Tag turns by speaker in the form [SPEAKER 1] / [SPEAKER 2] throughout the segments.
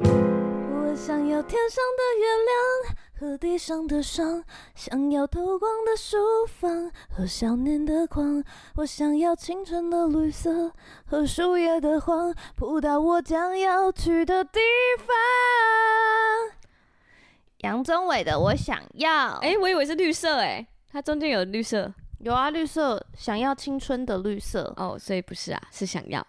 [SPEAKER 1] 我想要天上的月亮和地上的霜，想要透光的书房和想念的狂，我想要清晨的绿色和树叶的黄，扑到我将要去的地方。
[SPEAKER 2] 杨宗纬的我想要，
[SPEAKER 3] 哎、我以为是绿色哎、它中间有绿色
[SPEAKER 2] 有啊，绿色，想要青春的绿色。
[SPEAKER 3] 哦，所以不是啊，是想要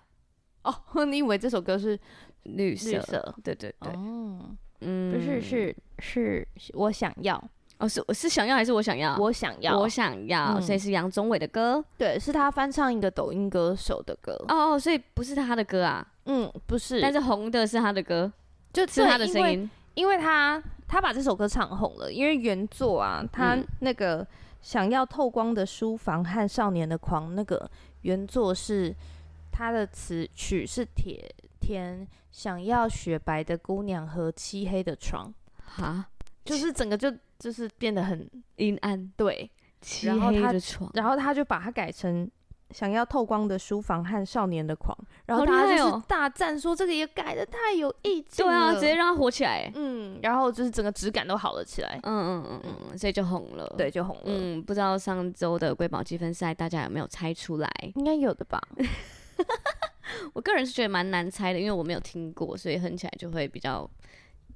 [SPEAKER 2] 哦，你以为这首歌是
[SPEAKER 3] 绿色。
[SPEAKER 2] 绿色？
[SPEAKER 3] 对对对，
[SPEAKER 2] 哦，
[SPEAKER 3] 嗯，
[SPEAKER 2] 不是，是是，是我想要，
[SPEAKER 3] 哦，是我是想要还是我想要？
[SPEAKER 2] 啊我想要，
[SPEAKER 3] 我想要，
[SPEAKER 2] 嗯
[SPEAKER 3] 所以是杨宗纬的歌
[SPEAKER 2] 对，是他翻唱一个抖音歌手的歌。
[SPEAKER 3] 哦哦，所以不是他的歌啊，
[SPEAKER 2] 嗯，不是，
[SPEAKER 3] 但是红的是他的歌，
[SPEAKER 2] 就是
[SPEAKER 3] 是他的声
[SPEAKER 2] 音。
[SPEAKER 3] 音。
[SPEAKER 2] 因为他他把这首歌唱红了，因为原作啊，他
[SPEAKER 3] 嗯
[SPEAKER 2] 那个想要透光的书房和少年的狂，那个原作是他的词曲是铁天想要雪白的姑娘和漆黑的床，
[SPEAKER 3] 哈，
[SPEAKER 2] 就是整个就就是变得很
[SPEAKER 3] 阴暗
[SPEAKER 2] 对，
[SPEAKER 3] 漆
[SPEAKER 2] 然后
[SPEAKER 3] 黑
[SPEAKER 2] 他
[SPEAKER 3] 的床，
[SPEAKER 2] 然后他就把它改成。想要透光的书房和少年的狂，然后
[SPEAKER 3] 好厉
[SPEAKER 2] 大家
[SPEAKER 3] 害
[SPEAKER 2] 就
[SPEAKER 3] 哦
[SPEAKER 2] 是大赞说这个也改的太有意境
[SPEAKER 3] 对
[SPEAKER 2] 了，
[SPEAKER 3] 啊，直接让他火起来欸。
[SPEAKER 2] 嗯，然后就是整个质感都好了起来，
[SPEAKER 3] 嗯嗯嗯嗯，所以就红了。
[SPEAKER 2] 对，，就红了。
[SPEAKER 3] 嗯，不知道上周的瑰宝积分赛大家有没有猜出来？
[SPEAKER 2] 应该有的 吧？
[SPEAKER 3] 我个人是觉得蛮难猜的，因为我没有听过，所以哼起来就会比较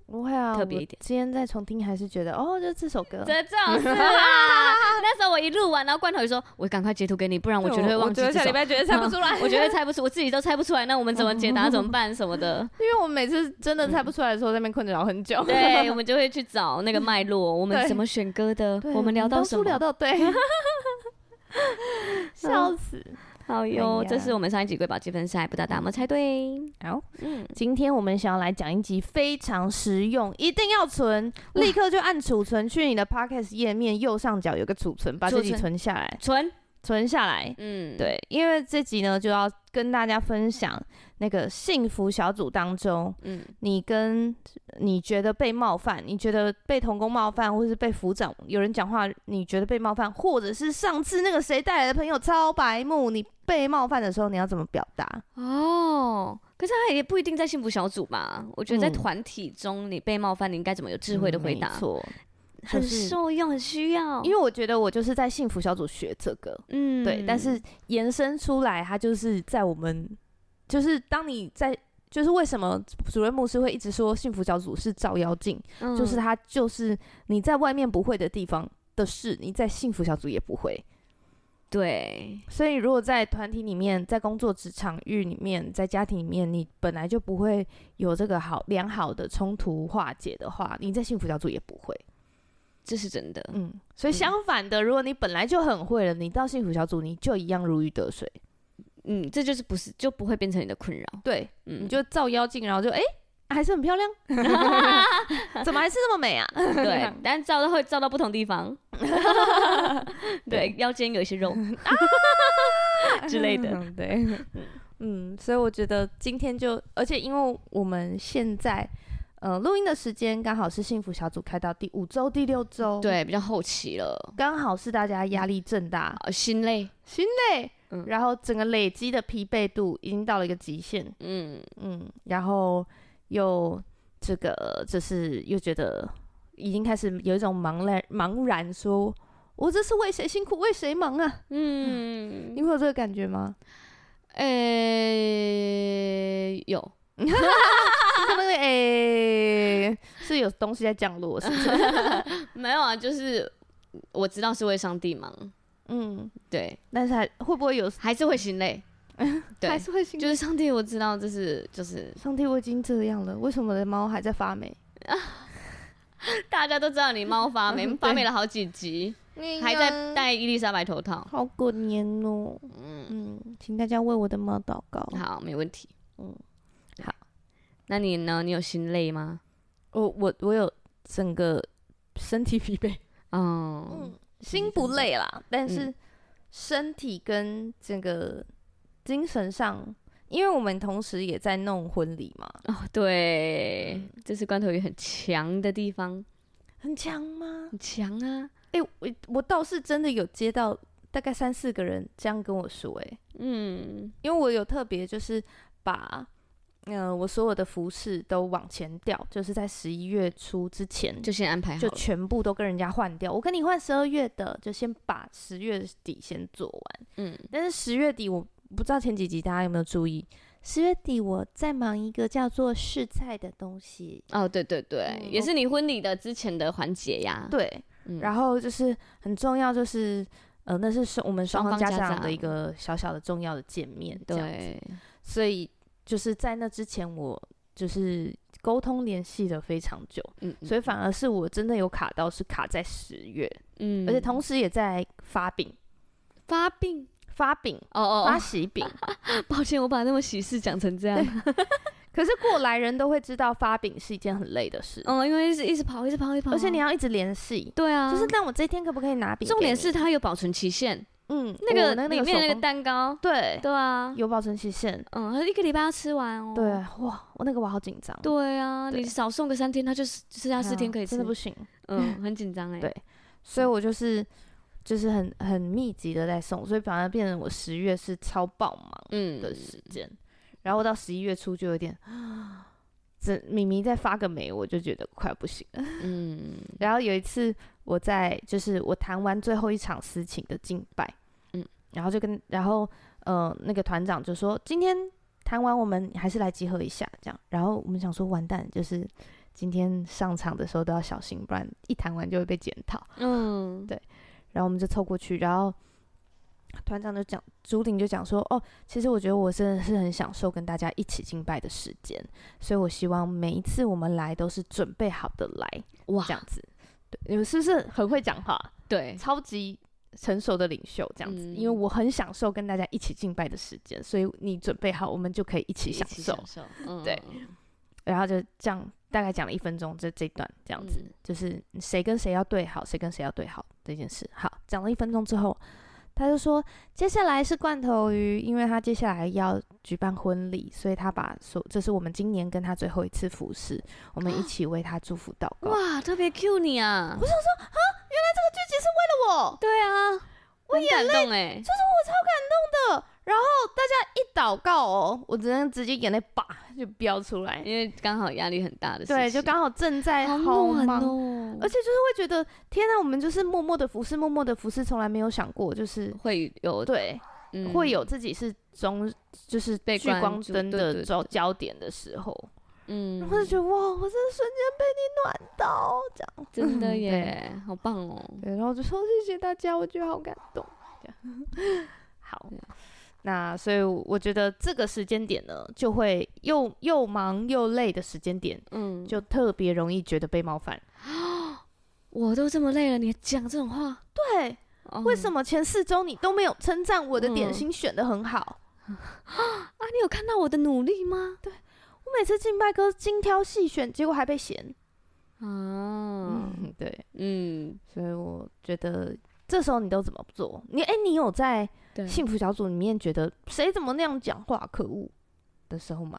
[SPEAKER 2] 不会啊，
[SPEAKER 3] 特别
[SPEAKER 2] 我
[SPEAKER 3] 一点
[SPEAKER 2] 今天再重听还是觉得哦，就这首歌。
[SPEAKER 3] 这种 事啊。那时候我一录完，然后罐头就说：“我赶快截图给你，不然我绝对会忘记
[SPEAKER 2] 我觉得
[SPEAKER 3] 这
[SPEAKER 2] 下
[SPEAKER 3] 首
[SPEAKER 2] 礼。拜绝对猜 不出来，”
[SPEAKER 3] 我绝对猜不出，我自己都猜不出来，那我们怎么解答、怎么办什 么的？
[SPEAKER 2] 因为我每次真的猜不出来的时候，在那边困扰很久。
[SPEAKER 3] 嗯对，我们就会去找那个脉络，我们
[SPEAKER 2] 对
[SPEAKER 3] 怎么选歌的，
[SPEAKER 2] 对，
[SPEAKER 3] 我们聊到什
[SPEAKER 2] 当初聊
[SPEAKER 3] 么？
[SPEAKER 2] 到 对，, 笑死。
[SPEAKER 3] 好哟
[SPEAKER 2] 哎，呀
[SPEAKER 3] 这是我们上一集瑰宝积分赛，不知道大家有没有猜对？
[SPEAKER 2] 好，
[SPEAKER 3] 嗯，
[SPEAKER 2] 今天我们想要来讲一集非常实用，一定要存，立刻就按储存，去你的 podcast 页面右上角有个储存，把
[SPEAKER 3] 储
[SPEAKER 2] 这
[SPEAKER 3] 存
[SPEAKER 2] 集存下来，
[SPEAKER 3] 纯，
[SPEAKER 2] 存下来。
[SPEAKER 3] 嗯，，
[SPEAKER 2] 对，因为这集呢就要跟大家分享那个幸福小组当中，
[SPEAKER 3] 嗯，
[SPEAKER 2] 你跟你觉得被冒犯，你觉得被童工冒犯，或是被辅长有人讲话，你觉得被冒犯，或者是上次那个谁带来的朋友超白目，你被冒犯的时候，你要怎么表达？
[SPEAKER 3] 哦，可是他也不一定在幸福小组吧？我觉得在
[SPEAKER 2] 嗯
[SPEAKER 3] 团体中，你被冒犯，你应该怎么有智慧的回
[SPEAKER 2] 嗯
[SPEAKER 3] 答？
[SPEAKER 2] 没错，
[SPEAKER 3] 很
[SPEAKER 2] 就是
[SPEAKER 3] 受用，很需要。
[SPEAKER 2] 因为我觉得我就是在幸福小组学这个，
[SPEAKER 3] 嗯
[SPEAKER 2] 对，但是延伸出来，它就是在我们，就是当你在。就是为什么主任牧师会一直说幸福小组是照妖镜，就是
[SPEAKER 3] 嗯
[SPEAKER 2] 它就是你在外面不会的地方的事，你在幸福小组也不会。
[SPEAKER 3] 对，
[SPEAKER 2] 所以如果在团体里面、在工作职场域里面、在家庭里面，你本来就不会有这个好良好的冲突化解的话，你在幸福小组也不会。
[SPEAKER 3] 这是真的。
[SPEAKER 2] 嗯，所以相反的，如果你本来就很会了，你到幸福小组你就一样如鱼得水。
[SPEAKER 3] 嗯，这就是不是就不会变成你的困扰。
[SPEAKER 2] 对，
[SPEAKER 3] 嗯，
[SPEAKER 2] 你就照妖镜，然后就哎、还是很 漂亮，怎么还是那么美 啊？
[SPEAKER 3] 对，但照到会照到不同地 方。对，腰间有一些 肉啊之类的。
[SPEAKER 2] 嗯， 对，嗯，所以我觉得今天就，而且因为我们现在呃录音的时间刚好是幸福小组开到第五周、第六周，，
[SPEAKER 3] 对，比较后期了，
[SPEAKER 2] 刚好是大家压力正大、
[SPEAKER 3] 啊，心累。
[SPEAKER 2] 心累，
[SPEAKER 3] 嗯
[SPEAKER 2] 然后整个累积的疲惫度已经到了一个极限，
[SPEAKER 3] 嗯，
[SPEAKER 2] 嗯，然后又这个就是又觉得已经开始有一种茫然茫然说。我这是为谁辛苦为谁忙啊？
[SPEAKER 3] 嗯，
[SPEAKER 2] 你会有这个感觉吗？
[SPEAKER 3] 呃、有，
[SPEAKER 2] 他们会诶、是有东西在降落，是不是？
[SPEAKER 3] 没有啊？就是我知道是为上帝忙，
[SPEAKER 2] 嗯，
[SPEAKER 3] 对，
[SPEAKER 2] 但是还会不会有？
[SPEAKER 3] 还是会心累，
[SPEAKER 2] 还
[SPEAKER 3] 对，
[SPEAKER 2] 是 会心
[SPEAKER 3] 就是上帝，我知道这是就是
[SPEAKER 2] 上帝，我已经这样了，为什么我的猫还在发霉？
[SPEAKER 3] 大家都知道你猫发 霉，
[SPEAKER 2] 嗯对
[SPEAKER 3] 发霉了好几集，还在戴伊丽莎白头套，
[SPEAKER 2] 好可怜哦。
[SPEAKER 3] 嗯，
[SPEAKER 2] 嗯，请大家为我的猫祷告。
[SPEAKER 3] 好，没问题，
[SPEAKER 2] 嗯
[SPEAKER 3] 嗯，好，那你呢？你有心累吗？
[SPEAKER 2] 我我我有整个身体疲惫，
[SPEAKER 3] 嗯
[SPEAKER 2] 嗯，心不累啦，但是
[SPEAKER 3] 嗯
[SPEAKER 2] 身体跟这个精神上，因为我们同时也在弄婚礼嘛，
[SPEAKER 3] 哦，对，
[SPEAKER 2] 嗯
[SPEAKER 3] 这是关头鱼很强的地方，
[SPEAKER 2] 很强吗？
[SPEAKER 3] 很强啊。
[SPEAKER 2] 哎、我我倒是真的有接到大概三四个人这样跟我说、哎，
[SPEAKER 3] 嗯，
[SPEAKER 2] 因为我有特别就是把。呃，我所有的服饰都往前调，就是在十一月初之前
[SPEAKER 3] 就先安排好
[SPEAKER 2] 就
[SPEAKER 3] 了。
[SPEAKER 2] 全部都跟人家换掉。我跟你换十二月的，就先把十月底先做完。
[SPEAKER 3] 嗯，
[SPEAKER 2] 但是十月底我不知道前几集大家有没有注意，十月底我在忙一个叫做试菜的东西。
[SPEAKER 3] 哦，对对对，
[SPEAKER 2] 嗯
[SPEAKER 3] 也
[SPEAKER 2] 我
[SPEAKER 3] 是你婚礼的之前的环节呀。
[SPEAKER 2] 对，
[SPEAKER 3] 嗯，
[SPEAKER 2] 然后就是很重要，就是呃，那是双我们双方
[SPEAKER 3] 双方
[SPEAKER 2] 家
[SPEAKER 3] 家
[SPEAKER 2] 长的
[SPEAKER 3] 长
[SPEAKER 2] 一个小小的重要的见面，这样子。
[SPEAKER 3] 对，
[SPEAKER 2] 所以就是在那之前，我就是沟通联系了非常久，
[SPEAKER 3] 嗯，嗯
[SPEAKER 2] 所以反而是我真的有卡到，是卡在十月，
[SPEAKER 3] 嗯
[SPEAKER 2] 而且同时也在发饼。
[SPEAKER 3] 发病。
[SPEAKER 2] 发饼、
[SPEAKER 3] 哦哦，
[SPEAKER 2] 发
[SPEAKER 3] 哦
[SPEAKER 2] 喜饼。
[SPEAKER 3] 抱歉，我把那么喜事讲成这样。
[SPEAKER 2] 可是过来人都会知道发饼是一件很累的事，
[SPEAKER 3] 嗯，因为一直一直跑，一直跑，一直跑。
[SPEAKER 2] 而且你要一直联系，
[SPEAKER 3] 对啊，
[SPEAKER 2] 就是那我这一天可不可以拿饼给你？
[SPEAKER 3] 重点是它有保存期限，
[SPEAKER 2] 嗯，
[SPEAKER 3] 那
[SPEAKER 2] 我
[SPEAKER 3] 个
[SPEAKER 2] 那
[SPEAKER 3] 里
[SPEAKER 2] 个
[SPEAKER 3] 面
[SPEAKER 2] 手
[SPEAKER 3] 那个
[SPEAKER 2] 工
[SPEAKER 3] 蛋糕，
[SPEAKER 2] 对
[SPEAKER 3] 对啊，
[SPEAKER 2] 有保存期限，
[SPEAKER 3] 嗯，它一个礼拜要吃完哦。
[SPEAKER 2] 对，哇，我那个我好紧张，
[SPEAKER 3] 对啊，
[SPEAKER 2] 对
[SPEAKER 3] 你少送个三天，它就是剩下
[SPEAKER 2] 对啊，
[SPEAKER 3] 四天可以吃
[SPEAKER 2] 真的，不行，
[SPEAKER 3] 嗯，很 紧张哎。
[SPEAKER 2] 对所以我就是。就是很很密集的在送，所以反而变成我十月是超爆忙
[SPEAKER 3] 嗯
[SPEAKER 2] 的时间，然后到十一月初就有点， 这明明再发个霉，我就觉得快不行了。
[SPEAKER 3] 嗯
[SPEAKER 2] 然后有一次我在就是我弹完最后一场私情的敬拜，嗯
[SPEAKER 3] 嗯，
[SPEAKER 2] 然后就跟然后呃那个团长就说今天弹完我们还是来集合一下这样，然后我们想说完蛋就是。今天上场的时候都要小心，不然一弹完就会被检讨。
[SPEAKER 3] 嗯，
[SPEAKER 2] 然后我们就凑过去，然后团长就讲，朱玲就讲说：“哦，其实我觉得我真的是很享受跟大家一起敬拜的时间，所以我希望每一次我们来都是准备好的来，
[SPEAKER 3] 哇
[SPEAKER 2] 这，样子。对，你们是不是很会讲话？
[SPEAKER 3] 对，
[SPEAKER 2] 超级成熟的领袖这样子，
[SPEAKER 3] 哎嗯
[SPEAKER 2] 因为我很享受跟大家一起敬拜的时间，所以你准备好，我们就可以一起
[SPEAKER 3] 一
[SPEAKER 2] 享
[SPEAKER 3] 起
[SPEAKER 2] 受。
[SPEAKER 3] 受，嗯，
[SPEAKER 2] 对然后就这样，大概讲了一分钟，这这一段这样子，
[SPEAKER 3] 嗯
[SPEAKER 2] 就是谁跟谁要对好，谁跟谁要对好这件事。好，讲了一分钟之后，他就说，接下来是罐头鱼，因为他接下来要举办婚礼，所以他把所这是我们今年跟他最后一次服侍，我们一起为他祝福祷告。
[SPEAKER 3] 啊哇，特别 Q 你啊！我
[SPEAKER 2] 我
[SPEAKER 3] 想对啊，我感动哎，
[SPEAKER 2] 一祷告哦，我只能直接眼泪叭就飙出来。
[SPEAKER 3] 因为刚好压力很大的事情，
[SPEAKER 2] 对，就刚好正在
[SPEAKER 3] 好
[SPEAKER 2] 好
[SPEAKER 3] 暖
[SPEAKER 2] 忙，
[SPEAKER 3] 哦，
[SPEAKER 2] 而且就是会觉得天哪，我们就是默默的服侍，默默的服侍，从来没有想过就是
[SPEAKER 3] 会有
[SPEAKER 2] 对，
[SPEAKER 3] 嗯
[SPEAKER 2] 会有自己是中就是
[SPEAKER 3] 被
[SPEAKER 2] 聚光
[SPEAKER 3] 关注
[SPEAKER 2] 灯
[SPEAKER 3] 对
[SPEAKER 2] 的
[SPEAKER 3] 对
[SPEAKER 2] 焦焦点的时候，
[SPEAKER 3] 嗯
[SPEAKER 2] 然后就觉得哇，我真的瞬间被你暖到这样。
[SPEAKER 3] 嗯真的
[SPEAKER 2] 嗯对
[SPEAKER 3] 耶，好棒哦！
[SPEAKER 2] 对，然后就说谢谢大家，我觉得好感动。这样 好
[SPEAKER 3] 对，
[SPEAKER 2] 那所以我觉得这个时间点呢，就会又又忙又累的时间点，
[SPEAKER 3] 嗯，
[SPEAKER 2] 就特别容易觉得被冒犯。
[SPEAKER 3] 我都这么累了，你还讲这种话，哦
[SPEAKER 2] 对，为什
[SPEAKER 3] 么
[SPEAKER 2] 么前四周你都没有称赞我的点
[SPEAKER 3] 嗯
[SPEAKER 2] 心选的很好？
[SPEAKER 3] 啊？你有看到我的努力吗？
[SPEAKER 2] 我每次敬拜歌精挑细选，结果还被嫌。
[SPEAKER 3] 啊，
[SPEAKER 2] 嗯，对，
[SPEAKER 3] 嗯，
[SPEAKER 2] 所以我觉得这时候你都怎么做？你哎、你有在
[SPEAKER 3] 对，
[SPEAKER 2] 幸福小组里面觉得谁怎么那样讲话，可恶的时候吗？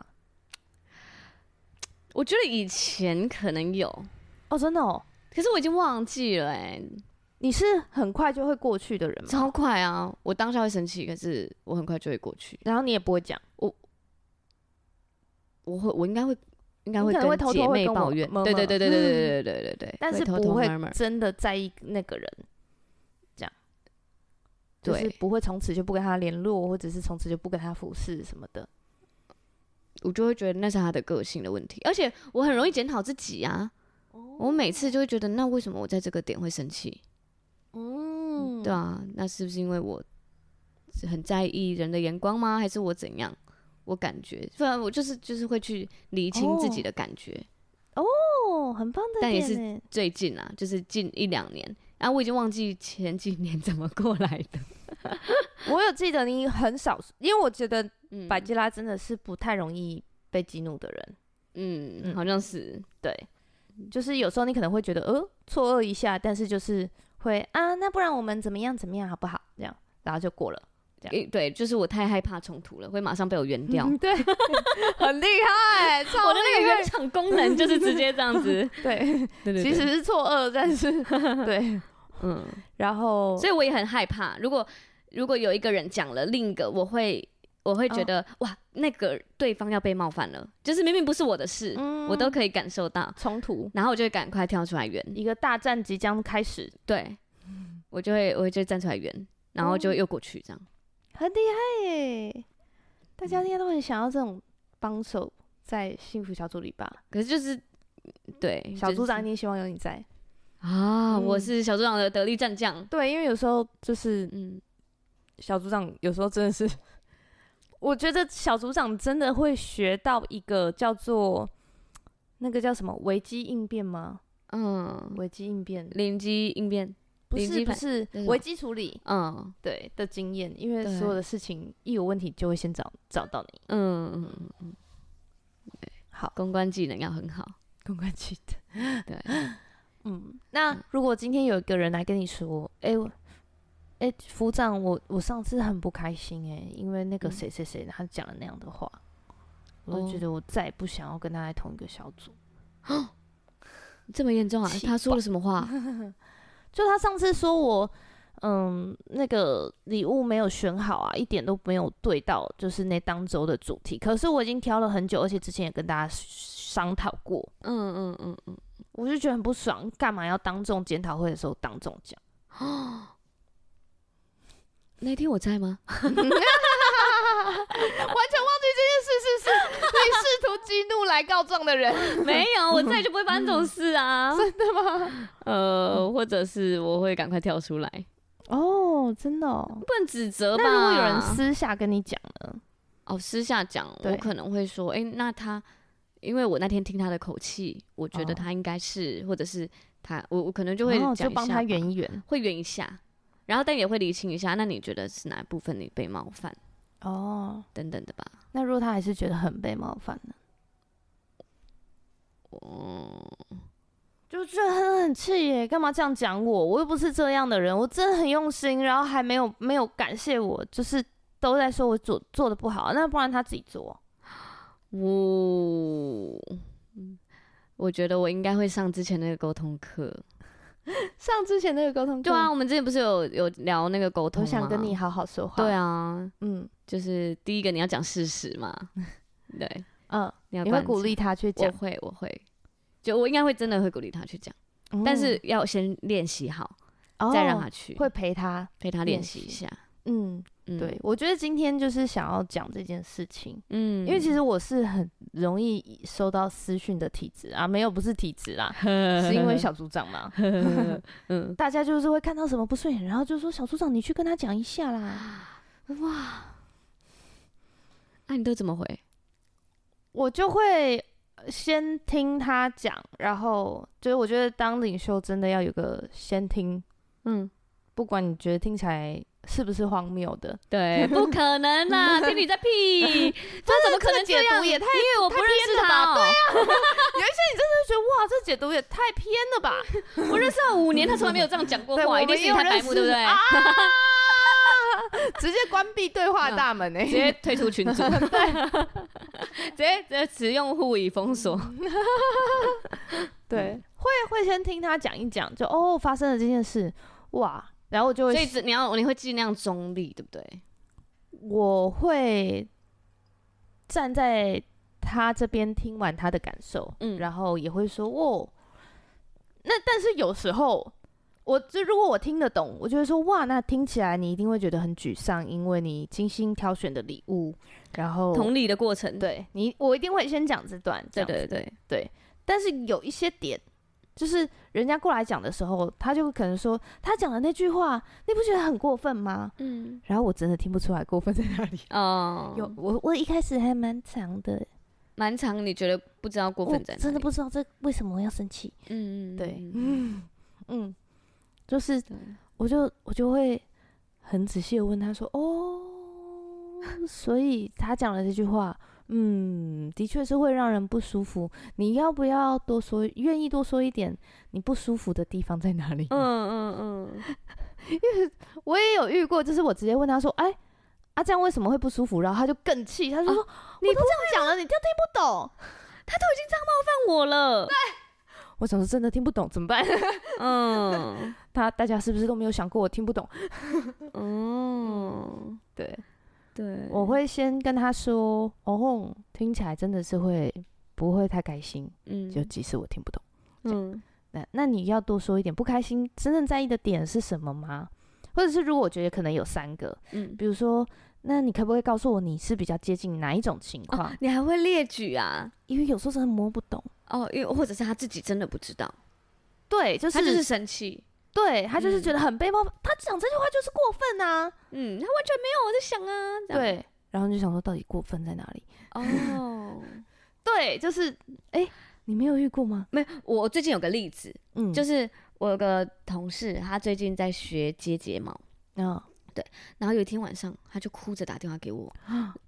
[SPEAKER 3] 我觉得以前可能有，
[SPEAKER 2] 哦，真的哦，
[SPEAKER 3] 可是我已经忘记了哎，
[SPEAKER 2] 你是很快就会过去的人吗？
[SPEAKER 3] 超快啊！我当下会生气，可是我很快就会过去，
[SPEAKER 2] 然后你也不会讲，
[SPEAKER 3] 我会，我应该会。应该会
[SPEAKER 2] 你可能会偷
[SPEAKER 3] 跟
[SPEAKER 2] 偷
[SPEAKER 3] 姐
[SPEAKER 2] 会
[SPEAKER 3] 妹
[SPEAKER 2] 跟我
[SPEAKER 3] 抱怨，
[SPEAKER 2] murmur
[SPEAKER 3] 对对对对对对对对对对，
[SPEAKER 2] 但是
[SPEAKER 3] 偷
[SPEAKER 2] 不
[SPEAKER 3] 偷
[SPEAKER 2] 会
[SPEAKER 3] murmur
[SPEAKER 2] 真的在意那个人，这样，就是
[SPEAKER 3] 对
[SPEAKER 2] 不会从此就不跟他联络，或者是从此就不跟他服侍什么的。
[SPEAKER 3] 我就会觉得那是他的个性的问题，而且我很容易检讨自己啊。我每次就会觉得，那为什么我在这个点会生气？
[SPEAKER 2] 嗯
[SPEAKER 3] 对啊，那是不是因为我是很在意人的眼光吗？还是我怎样？我感觉，虽然我就是就是会去理清自己的感觉。
[SPEAKER 2] 哦，很棒的
[SPEAKER 3] 但也
[SPEAKER 2] 点
[SPEAKER 3] 是
[SPEAKER 2] 欸
[SPEAKER 3] 最近啊，就是近一两年，啊，我已经忘记前几年怎么过来的。
[SPEAKER 2] 我有记得你很少，因为我觉得
[SPEAKER 3] 嗯
[SPEAKER 2] 百吉拉真的是不太容易被激怒的人。
[SPEAKER 3] 嗯，
[SPEAKER 2] 嗯
[SPEAKER 3] 好像是
[SPEAKER 2] 对，
[SPEAKER 3] 嗯
[SPEAKER 2] 就是有时候你可能会觉得呃错愕一下，但是就是会啊，那不然我们怎么样怎么样好不好？这样，然后就过了。这
[SPEAKER 3] 诶对，就是我太害怕冲突了，会马上被我圆掉。
[SPEAKER 2] 嗯对， 很厉害，超
[SPEAKER 3] 我的那
[SPEAKER 2] 厉
[SPEAKER 3] 个
[SPEAKER 2] 害
[SPEAKER 3] 原厂功能就是直接这样子，
[SPEAKER 2] 对，嗯
[SPEAKER 3] 对对对，
[SPEAKER 2] 其实是错愕，但是对，
[SPEAKER 3] 嗯，
[SPEAKER 2] 然后
[SPEAKER 3] 所以我也很害怕。如果如果有一个人讲了另一个，我会我会
[SPEAKER 2] 哦
[SPEAKER 3] 觉得、哇，那个对方要被冒犯了，就是明明不是我的事，
[SPEAKER 2] 嗯
[SPEAKER 3] 我都可以感受到，
[SPEAKER 2] 冲突，
[SPEAKER 3] 然后我就会赶快跳出来圆。
[SPEAKER 2] 一个大战即将开始，
[SPEAKER 3] 对，我就会我会就站出来圆，然后就又过去这
[SPEAKER 2] 嗯
[SPEAKER 3] 样。
[SPEAKER 2] 很厉害耶！大家应该都很想要这种帮手在幸福小组里吧？
[SPEAKER 3] 可是就是对
[SPEAKER 2] 小
[SPEAKER 3] 组
[SPEAKER 2] 组长一定希望有你在，
[SPEAKER 3] 啊，
[SPEAKER 2] 嗯
[SPEAKER 3] 我是小组长的得力战将。
[SPEAKER 2] 对，因为有时候就是
[SPEAKER 3] 嗯，
[SPEAKER 2] 小组长有时候真的是， 我觉得小组长真的会学到一个叫做那个叫什么危机应变吗？
[SPEAKER 3] 嗯，
[SPEAKER 2] 危机应变
[SPEAKER 3] 灵机应变，
[SPEAKER 2] 不
[SPEAKER 3] 灵
[SPEAKER 2] 是
[SPEAKER 3] 机
[SPEAKER 2] 不
[SPEAKER 3] 派
[SPEAKER 2] 是
[SPEAKER 3] 那是什么
[SPEAKER 2] 危机处理
[SPEAKER 3] 嗯
[SPEAKER 2] 对的经验，因为
[SPEAKER 3] 对
[SPEAKER 2] 所有的事情一有问题就会先找找到你。
[SPEAKER 3] 嗯嗯嗯，
[SPEAKER 2] 好，
[SPEAKER 3] 公关技能要很好。
[SPEAKER 2] 公关记得。
[SPEAKER 3] 对，
[SPEAKER 2] 嗯，那如果今天有一个人来跟你说，哎、我哎、副长，我我上次很不开心哎、因为那个
[SPEAKER 3] 嗯
[SPEAKER 2] 谁谁谁他讲了那样的话，我就
[SPEAKER 3] 哦
[SPEAKER 2] 觉得我再也不想要跟他在同一个小组。
[SPEAKER 3] 这么严重啊
[SPEAKER 2] 气？
[SPEAKER 3] 他说了什么话？
[SPEAKER 2] 就他上次说我，嗯，那个礼物没有选好啊，一点都没有对到，就是那当周的主题。可是我已经挑了很久，而且之前也跟大家商讨过，
[SPEAKER 3] 嗯嗯嗯嗯，
[SPEAKER 2] 我就觉得很不爽，干嘛要当众检讨会的时候当众讲？
[SPEAKER 3] 那天我在吗？
[SPEAKER 2] 完全忘记这件事，是是是，你试图激怒来告状的人，
[SPEAKER 3] 没 有，我在就不会发生这种事啊。
[SPEAKER 2] 真的吗？
[SPEAKER 3] 呃，或者是我会赶快跳出来，不
[SPEAKER 2] 哦，真的、哦。
[SPEAKER 3] 能指责吧？
[SPEAKER 2] 那如果有人私下跟你讲呢？
[SPEAKER 3] 哦私下讲，
[SPEAKER 2] 对
[SPEAKER 3] 我可能会说，哎、那他，因为我那天听他的口气，我觉得
[SPEAKER 2] 哦
[SPEAKER 3] 他应该是，或者是他，我我可能就会
[SPEAKER 2] 哦
[SPEAKER 3] 讲一下
[SPEAKER 2] 就
[SPEAKER 3] 吧，
[SPEAKER 2] 帮他圆一圆。
[SPEAKER 3] 会圆一下，然后但也会理清一下，那你觉得是哪部分你被冒犯
[SPEAKER 2] 哦，
[SPEAKER 3] 等等的吧？
[SPEAKER 2] 那如果他还是觉得很被冒犯呢？
[SPEAKER 3] 哦，
[SPEAKER 2] 就觉得很很气耶，干嘛这样讲我？我又不是这样的人，我真的很用心，然后还没有没有感谢我，就是都在说我做做的不好，那不然他自己做。
[SPEAKER 3] 我，嗯我觉得我应该会上之前那个沟通课。
[SPEAKER 2] 上之前那个沟通
[SPEAKER 3] 对啊，，我们之前不是有有聊那个沟通嗯
[SPEAKER 2] 我
[SPEAKER 3] 吗？
[SPEAKER 2] 想跟你好好说话。
[SPEAKER 3] 对，啊，
[SPEAKER 2] 嗯
[SPEAKER 3] 就是第一个你要讲事实嘛， 对，
[SPEAKER 2] 嗯，
[SPEAKER 3] 你要
[SPEAKER 2] 你会
[SPEAKER 3] 观
[SPEAKER 2] 鼓
[SPEAKER 3] 察
[SPEAKER 2] 励他去
[SPEAKER 3] 我
[SPEAKER 2] 讲，
[SPEAKER 3] 会，我会，就我应该会真的会鼓励他去讲，但是要先练习好，
[SPEAKER 2] 嗯
[SPEAKER 3] 再让他
[SPEAKER 2] 哦
[SPEAKER 3] 去，
[SPEAKER 2] 会陪他。
[SPEAKER 3] 陪他
[SPEAKER 2] 练
[SPEAKER 3] 练习一
[SPEAKER 2] 习
[SPEAKER 3] 下。
[SPEAKER 2] 嗯，
[SPEAKER 3] 嗯，
[SPEAKER 2] 对，，我觉得今天就是想要讲这件事情，
[SPEAKER 3] 嗯，
[SPEAKER 2] 因为其 实我是很容易收到私讯的体质啊，没有不是体质啦，
[SPEAKER 3] 实
[SPEAKER 2] 是因为，小组长嘛，
[SPEAKER 3] 嗯，
[SPEAKER 2] 大家就是会看到什么不顺眼，然后就说小组长你去跟他讲一下啦。
[SPEAKER 3] 哇，啊那你都怎么回？
[SPEAKER 2] 我就会呃先听他讲，然后就是我觉得当领袖真的要有个先听，
[SPEAKER 3] 嗯，
[SPEAKER 2] 不管你觉得听起来是不是荒谬的，
[SPEAKER 3] 对，不可能啦，听你在屁，他怎么可能
[SPEAKER 2] 解
[SPEAKER 3] 这样？
[SPEAKER 2] 读也太
[SPEAKER 3] 因为我不认识
[SPEAKER 2] 偏了
[SPEAKER 3] 他、
[SPEAKER 2] 吧啊
[SPEAKER 3] 哦，对
[SPEAKER 2] 就觉得哇，这解读也太偏了吧？
[SPEAKER 3] 啊，我认识他五年，他从来没有这样讲过
[SPEAKER 2] 对我
[SPEAKER 3] 话，一定
[SPEAKER 2] 们
[SPEAKER 3] 是你
[SPEAKER 2] 也有
[SPEAKER 3] 太白
[SPEAKER 2] 认
[SPEAKER 3] 目，
[SPEAKER 2] 识
[SPEAKER 3] 对不对？
[SPEAKER 2] 啊直接关闭对话大门呢、
[SPEAKER 3] 直接退出群组， 对，直接直接使用户已封锁。
[SPEAKER 2] 对，会会先听他讲一讲，就哦发生了这件事，哇，然后我就
[SPEAKER 3] 所
[SPEAKER 2] 会
[SPEAKER 3] 以只你要你会尽量中立，对不对？
[SPEAKER 2] 我会站在他这边听完他的感受，
[SPEAKER 3] 嗯
[SPEAKER 2] 然后也会说哦，那但是有时候。我就如果我听得懂，我就会说哇，那听起来你一定会觉得很沮丧，因为你精心挑选的礼物，然后
[SPEAKER 3] 同理的过程，
[SPEAKER 2] 哦对你，我一定会先讲这段，这
[SPEAKER 3] 对
[SPEAKER 2] 样
[SPEAKER 3] 对
[SPEAKER 2] 子
[SPEAKER 3] 对，
[SPEAKER 2] 但是有一些点，就是人家过来讲的时候，他就可能说他讲的那句话，你不觉得很过分吗？
[SPEAKER 3] 嗯，
[SPEAKER 2] 然后我真的听不出来过分在哪里。
[SPEAKER 3] 哦，
[SPEAKER 2] 有我我一开始还蛮长的，
[SPEAKER 3] 蛮长，你觉得不知道过分
[SPEAKER 2] 我
[SPEAKER 3] 在哪里？
[SPEAKER 2] 哦真的不知道这为什么我要生气。
[SPEAKER 3] 嗯，嗯，
[SPEAKER 2] 对
[SPEAKER 3] 嗯
[SPEAKER 2] 嗯，就是
[SPEAKER 3] 对
[SPEAKER 2] 我就我就会很仔细的问他说，哦，所以他讲了这句话，嗯，的确是会让人不舒服。你要不要多说？愿意多说一点？你不舒服的地方在哪里？
[SPEAKER 3] 嗯嗯嗯，
[SPEAKER 2] 我也有遇过，就是我直接问他说：“哎，啊这样为什么会不舒服？”然后他就更气，他就说：“啊你都这样讲了，你都听不懂。
[SPEAKER 3] 看我了，”
[SPEAKER 2] 我想说真的听不懂怎么办？
[SPEAKER 3] 嗯
[SPEAKER 2] 他大家是不是都没有想过我听不懂？
[SPEAKER 3] 嗯，
[SPEAKER 2] 对，
[SPEAKER 3] 对，
[SPEAKER 2] 我会先跟他说：“哦，听起来真的是会不会太开心？
[SPEAKER 3] 嗯
[SPEAKER 2] 就即使我听不懂。”
[SPEAKER 3] 嗯
[SPEAKER 2] 那那你要多说一点，不开心真正在意的点是什么吗？或者是如果我觉得可能有三个，
[SPEAKER 3] 嗯，
[SPEAKER 2] 比如说，那你可不可以告诉我你是比较接近哪一种情况？
[SPEAKER 3] 哦你还会列举
[SPEAKER 2] 哦
[SPEAKER 3] 啊？
[SPEAKER 2] 因为有时候真的摸不懂。
[SPEAKER 3] 哦，因为或者是他自己真的不知道，
[SPEAKER 2] 对，就是
[SPEAKER 3] 他就是生气，
[SPEAKER 2] 对他就是
[SPEAKER 3] 嗯
[SPEAKER 2] 觉得很被冒犯，他讲这句话就是过分啊。
[SPEAKER 3] 嗯，他完全没有我在想啊，这样，
[SPEAKER 2] 对，然后就想说到底过分在哪里？
[SPEAKER 3] 哦，
[SPEAKER 2] 对，就是哎、你没有遇过吗？
[SPEAKER 3] 没有，我最近有个例子，
[SPEAKER 2] 嗯，
[SPEAKER 3] 就是是我有个同事，他最近在学接睫毛，
[SPEAKER 2] 嗯
[SPEAKER 3] 然后有一天晚上他就哭着打电话给 我，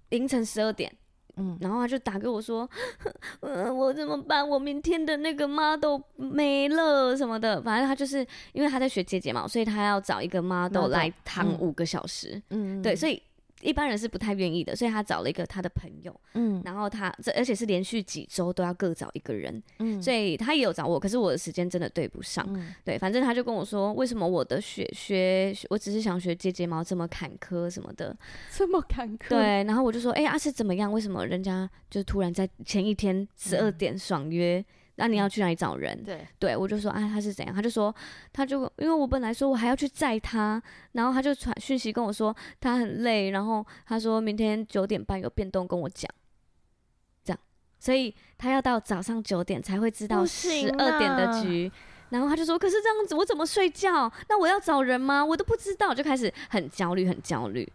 [SPEAKER 3] 凌晨十二点，
[SPEAKER 2] 嗯
[SPEAKER 3] 然后他就打给我说， 嗯，我怎么办？我明天的那个 model 没了什么的，反正他就是因为他在学接睫毛，所以他要找一个 model
[SPEAKER 2] model，
[SPEAKER 3] 来躺
[SPEAKER 2] 嗯
[SPEAKER 3] 五个小时，
[SPEAKER 2] 嗯
[SPEAKER 3] 对，所
[SPEAKER 2] 以
[SPEAKER 3] 以。一般人是不太愿意的，所以他找了一个他的朋友，
[SPEAKER 2] 嗯
[SPEAKER 3] 然后他这而且是连续几周都要各找一个人，
[SPEAKER 2] 嗯
[SPEAKER 3] 所以他也有找我，可是我的时间真的对不上，
[SPEAKER 2] 嗯
[SPEAKER 3] 对，反正他就跟我说，为什么我的学学，我只是想学接睫毛这么坎坷什么的。
[SPEAKER 2] 这么坎坷，
[SPEAKER 3] 对，然后我就说，哎、啊是怎么样？为什么人家就突然在前一天十二点爽约？那、你要去哪里找人？
[SPEAKER 2] 对
[SPEAKER 3] 对，我就说啊，他是怎样？他就说，他就因为我本来说我还要去载他，然后他就传讯息跟我说他很累，然后他说明天九点半有变动跟我讲，这样，所以他要到早上九点才会知道
[SPEAKER 2] 不
[SPEAKER 3] 十
[SPEAKER 2] 行
[SPEAKER 3] 二点的
[SPEAKER 2] 啦
[SPEAKER 3] 局。然后他就说：“可是这样子我怎么睡觉？那我要找人吗？我都不知道。”就开始很焦虑，很焦虑。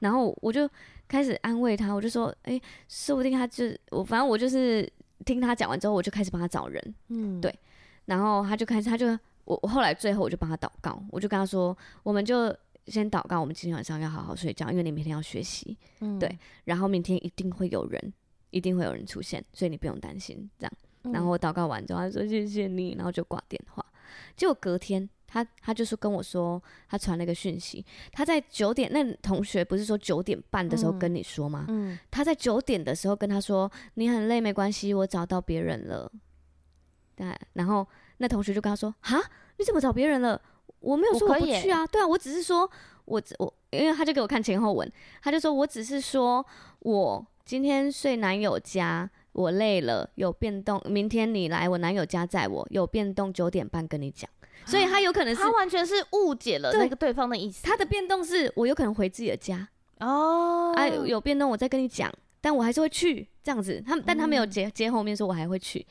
[SPEAKER 3] 然后我就开始安慰他，我就说：“哎、说不定他就我，反正我就是听他讲完之后，我就开始帮他找人。”
[SPEAKER 2] 嗯
[SPEAKER 3] 对然后他就开始，他就我我后来最后我就帮他祷告，我就跟他说，我们就先祷告，我们今天晚上要好好睡觉，因为你明天要学习，
[SPEAKER 2] 嗯
[SPEAKER 3] 对然后明天一定会有人，一定会有人出现，所以你不用担心这样。
[SPEAKER 2] 嗯
[SPEAKER 3] 然后我祷告完之后，他说谢谢你，然后就挂电话。结果隔天，他他就是跟我说，他传了一个讯息，他在九点，那同学不是说九点半的时候
[SPEAKER 2] 嗯
[SPEAKER 3] 跟你说吗？
[SPEAKER 2] 嗯
[SPEAKER 3] 他在九点的时候跟他说：“你很累，没关系，我找到别人了。”对，然后那同学就跟他说：“哈，你怎么找别人了？我没有说
[SPEAKER 2] 我
[SPEAKER 3] 我
[SPEAKER 2] 可
[SPEAKER 3] 不
[SPEAKER 2] 以耶
[SPEAKER 3] 去啊，对啊，我只是说我只我，因为他就给我看前后文，他就说我只是说我今天睡男友家，我累了，有变动，明天你来我男友家载我，有变动九点半跟你讲， 所以他有可能是
[SPEAKER 2] 啊他完全是误解了
[SPEAKER 3] 对
[SPEAKER 2] 那个对方的意思。
[SPEAKER 3] 他的变动是我有可能回自己的家，
[SPEAKER 2] 哦，
[SPEAKER 3] 啊，有有变动我再跟你讲，但我还是会去这样子。他们但他没
[SPEAKER 2] 哦
[SPEAKER 3] 有接接后面说我还会去，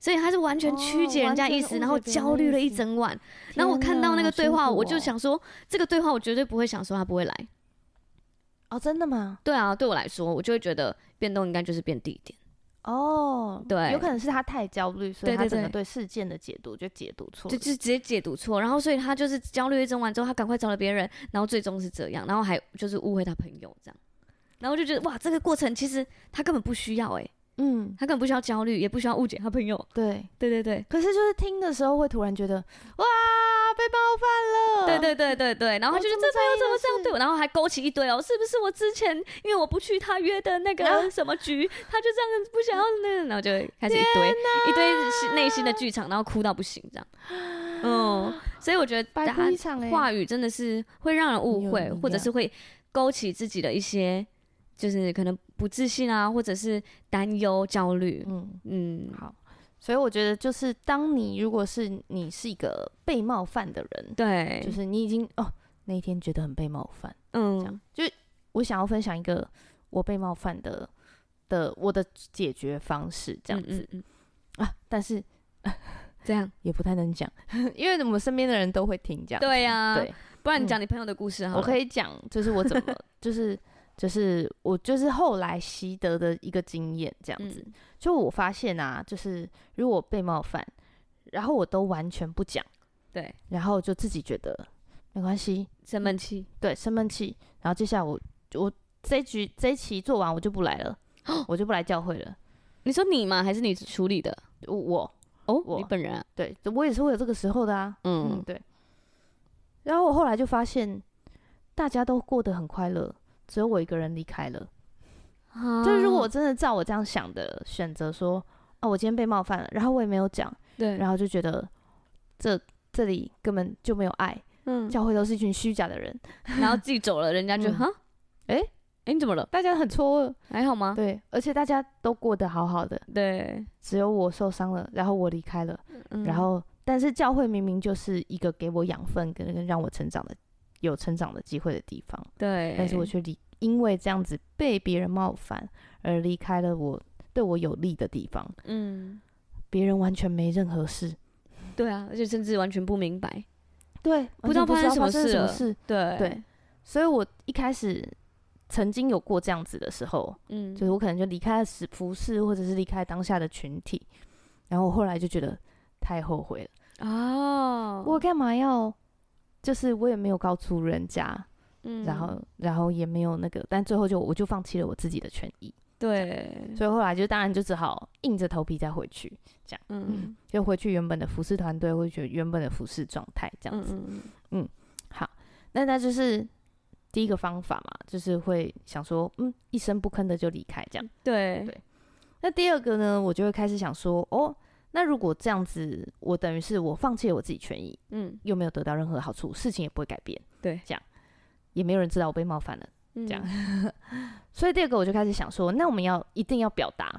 [SPEAKER 3] 所以他是完全曲
[SPEAKER 2] 哦
[SPEAKER 3] 解人
[SPEAKER 2] 完
[SPEAKER 3] 家
[SPEAKER 2] 全
[SPEAKER 3] 意
[SPEAKER 2] 的
[SPEAKER 3] 思，
[SPEAKER 2] 误
[SPEAKER 3] 然后
[SPEAKER 2] 解别人
[SPEAKER 3] 焦
[SPEAKER 2] 的
[SPEAKER 3] 虑
[SPEAKER 2] 意
[SPEAKER 3] 了一
[SPEAKER 2] 思
[SPEAKER 3] 整晚。然后我
[SPEAKER 2] 天
[SPEAKER 3] 看到
[SPEAKER 2] 哪
[SPEAKER 3] 那个
[SPEAKER 2] 好
[SPEAKER 3] 对
[SPEAKER 2] 辛
[SPEAKER 3] 话，
[SPEAKER 2] 苦
[SPEAKER 3] 我就
[SPEAKER 2] 哦
[SPEAKER 3] 想说这个对话我绝对不会想说他不会来。
[SPEAKER 2] 哦，真的吗？
[SPEAKER 3] 对啊，对我来说，我就会觉得变动应该就是变地点。
[SPEAKER 2] 哦，
[SPEAKER 3] 对
[SPEAKER 2] 有可能是他太焦虑，所以
[SPEAKER 3] 对
[SPEAKER 2] 他
[SPEAKER 3] 对
[SPEAKER 2] 整个
[SPEAKER 3] 对
[SPEAKER 2] 对事件的解读就解读错
[SPEAKER 3] 就
[SPEAKER 2] 了。
[SPEAKER 3] 就直接解读错，然后所以他就是焦虑一整晚之后，他赶快找了别人，然后最终是这样，然后还就是误会他朋友这样，然后我就觉得哇，这个过程其实他根本不需要哎、
[SPEAKER 2] 嗯，
[SPEAKER 3] 他根本不需要焦虑，也不需要误解他朋友，
[SPEAKER 2] 对。
[SPEAKER 3] 对对对，
[SPEAKER 2] 可是就是听的时候会突然觉得，哇，被冒犯了。
[SPEAKER 3] 对对对对对，然后
[SPEAKER 2] 我
[SPEAKER 3] 他就是
[SPEAKER 2] 哦这么
[SPEAKER 3] 这朋
[SPEAKER 2] 在
[SPEAKER 3] 友
[SPEAKER 2] 意
[SPEAKER 3] 怎么
[SPEAKER 2] 的
[SPEAKER 3] 这样对我，然后还勾起一堆哦，是不是我之前因为我不去他约的那个
[SPEAKER 2] 啊
[SPEAKER 3] 什么局，他就这样不想要那，然后就开始一堆一堆心内心的剧场，然后哭到不行这样。嗯，所以我觉得大
[SPEAKER 2] 啊白哭一
[SPEAKER 3] 家
[SPEAKER 2] 场哎、
[SPEAKER 3] 话语真的是会让人误
[SPEAKER 2] 有
[SPEAKER 3] 会，
[SPEAKER 2] 力
[SPEAKER 3] 或者
[SPEAKER 2] 量
[SPEAKER 3] 是会勾起自己的一些就是可能不自信啊，或者是担忧、焦虑。
[SPEAKER 2] 嗯，
[SPEAKER 3] 嗯，
[SPEAKER 2] 好。所以我觉得就是，当你如果是你是一个被冒犯的人，
[SPEAKER 3] 对，
[SPEAKER 2] 就是你已经哦那一天觉得很被冒犯。
[SPEAKER 3] 嗯
[SPEAKER 2] 我想要分享一个我被冒犯的的我的解决方式，这样
[SPEAKER 3] 嗯
[SPEAKER 2] 子、
[SPEAKER 3] 嗯嗯
[SPEAKER 2] 啊，但是
[SPEAKER 3] 这样
[SPEAKER 2] 也不太能讲， 因为我们身边的人都会听这样。
[SPEAKER 3] 对啊呀，
[SPEAKER 2] 对，
[SPEAKER 3] 不然你
[SPEAKER 2] 嗯
[SPEAKER 3] 讲你朋友的故事好
[SPEAKER 2] 我
[SPEAKER 3] 了。
[SPEAKER 2] 可以讲，就是我怎么，就是就是我就是后来习得的一个经验，这样子。
[SPEAKER 3] 嗯
[SPEAKER 2] 就我发现啊，就是如果我被冒犯，然后我都完全不讲，
[SPEAKER 3] 对，
[SPEAKER 2] 然后就自己觉得没关系，
[SPEAKER 3] 生闷气
[SPEAKER 2] 对，生闷气，然后接下来我我这一局这一期做完我就不来了，我就不来教会了。
[SPEAKER 3] 你说你吗？还是你处理的？
[SPEAKER 2] 我我
[SPEAKER 3] 哦，
[SPEAKER 2] 我
[SPEAKER 3] 你本人、啊，
[SPEAKER 2] 对我也是会有这个时候的啊。嗯，
[SPEAKER 3] 嗯，
[SPEAKER 2] 对。然后我后来就发现，大家都过得很快乐，只有我一个人离开了。
[SPEAKER 3] 嗯啊
[SPEAKER 2] 就是如果我真的照我这样想的选择说，啊，我今天被冒犯了，然后我也没有讲，
[SPEAKER 3] 对，
[SPEAKER 2] 然后就觉得这这里根本就没有爱，
[SPEAKER 3] 嗯，
[SPEAKER 2] 教会都是一群虚假的人，
[SPEAKER 3] 然后自己走了，人家就
[SPEAKER 2] 嗯
[SPEAKER 3] 哈，
[SPEAKER 2] 诶
[SPEAKER 3] 诶，你怎么了？
[SPEAKER 2] 大家很错愕。
[SPEAKER 3] 还好吗？
[SPEAKER 2] 对，而且大家都过得好好的，
[SPEAKER 3] 对，
[SPEAKER 2] 只有我受伤了，然后我离开了，
[SPEAKER 3] 嗯
[SPEAKER 2] 然后但是教会明明就是一个给我养分跟跟让我成长的有成长的机会的地方，
[SPEAKER 3] 对，
[SPEAKER 2] 但是我却离因为这样子被别人冒犯而离开了我对我有利的地方，
[SPEAKER 3] 嗯，
[SPEAKER 2] 别人完全没任何事，
[SPEAKER 3] 对啊，而且甚至完全不明白，
[SPEAKER 2] 对，
[SPEAKER 3] 不知道
[SPEAKER 2] 完全
[SPEAKER 3] 发生什么
[SPEAKER 2] 不知道
[SPEAKER 3] 事
[SPEAKER 2] 什么
[SPEAKER 3] 了
[SPEAKER 2] 事，
[SPEAKER 3] 对
[SPEAKER 2] 对，所以我一开始曾经有过这样子的时候，
[SPEAKER 3] 嗯，
[SPEAKER 2] 就是我可能就离开了服服饰，或者是离开当下的群体，然后我后来就觉得太后悔了，
[SPEAKER 3] 哦，
[SPEAKER 2] 我干嘛要？就是我也没有告诉人家，
[SPEAKER 3] 嗯
[SPEAKER 2] 然后然后也没有那个，但最后就我就放弃了我自己的权益，
[SPEAKER 3] 对，
[SPEAKER 2] 所以后来就当然就只好硬着头皮再回去，
[SPEAKER 3] 嗯
[SPEAKER 2] 就回去原本的服饰团队，或者原本的服饰状态这样
[SPEAKER 3] 嗯
[SPEAKER 2] 子。
[SPEAKER 3] 嗯，
[SPEAKER 2] 好，那那就是第一个方法嘛，就是会想说，嗯，一声不吭的就离开这样。
[SPEAKER 3] 对，
[SPEAKER 2] 那第二个呢，我就会开始想说，哦，那如果这样子，我等于是我放弃了我自己权益，
[SPEAKER 3] 嗯
[SPEAKER 2] 又没有得到任何好处，事情也不会改变，
[SPEAKER 3] 对，
[SPEAKER 2] 这样也没有人知道我被冒犯了，
[SPEAKER 3] 这
[SPEAKER 2] 样所以第二个我就开始想说，那我们要一定要表达，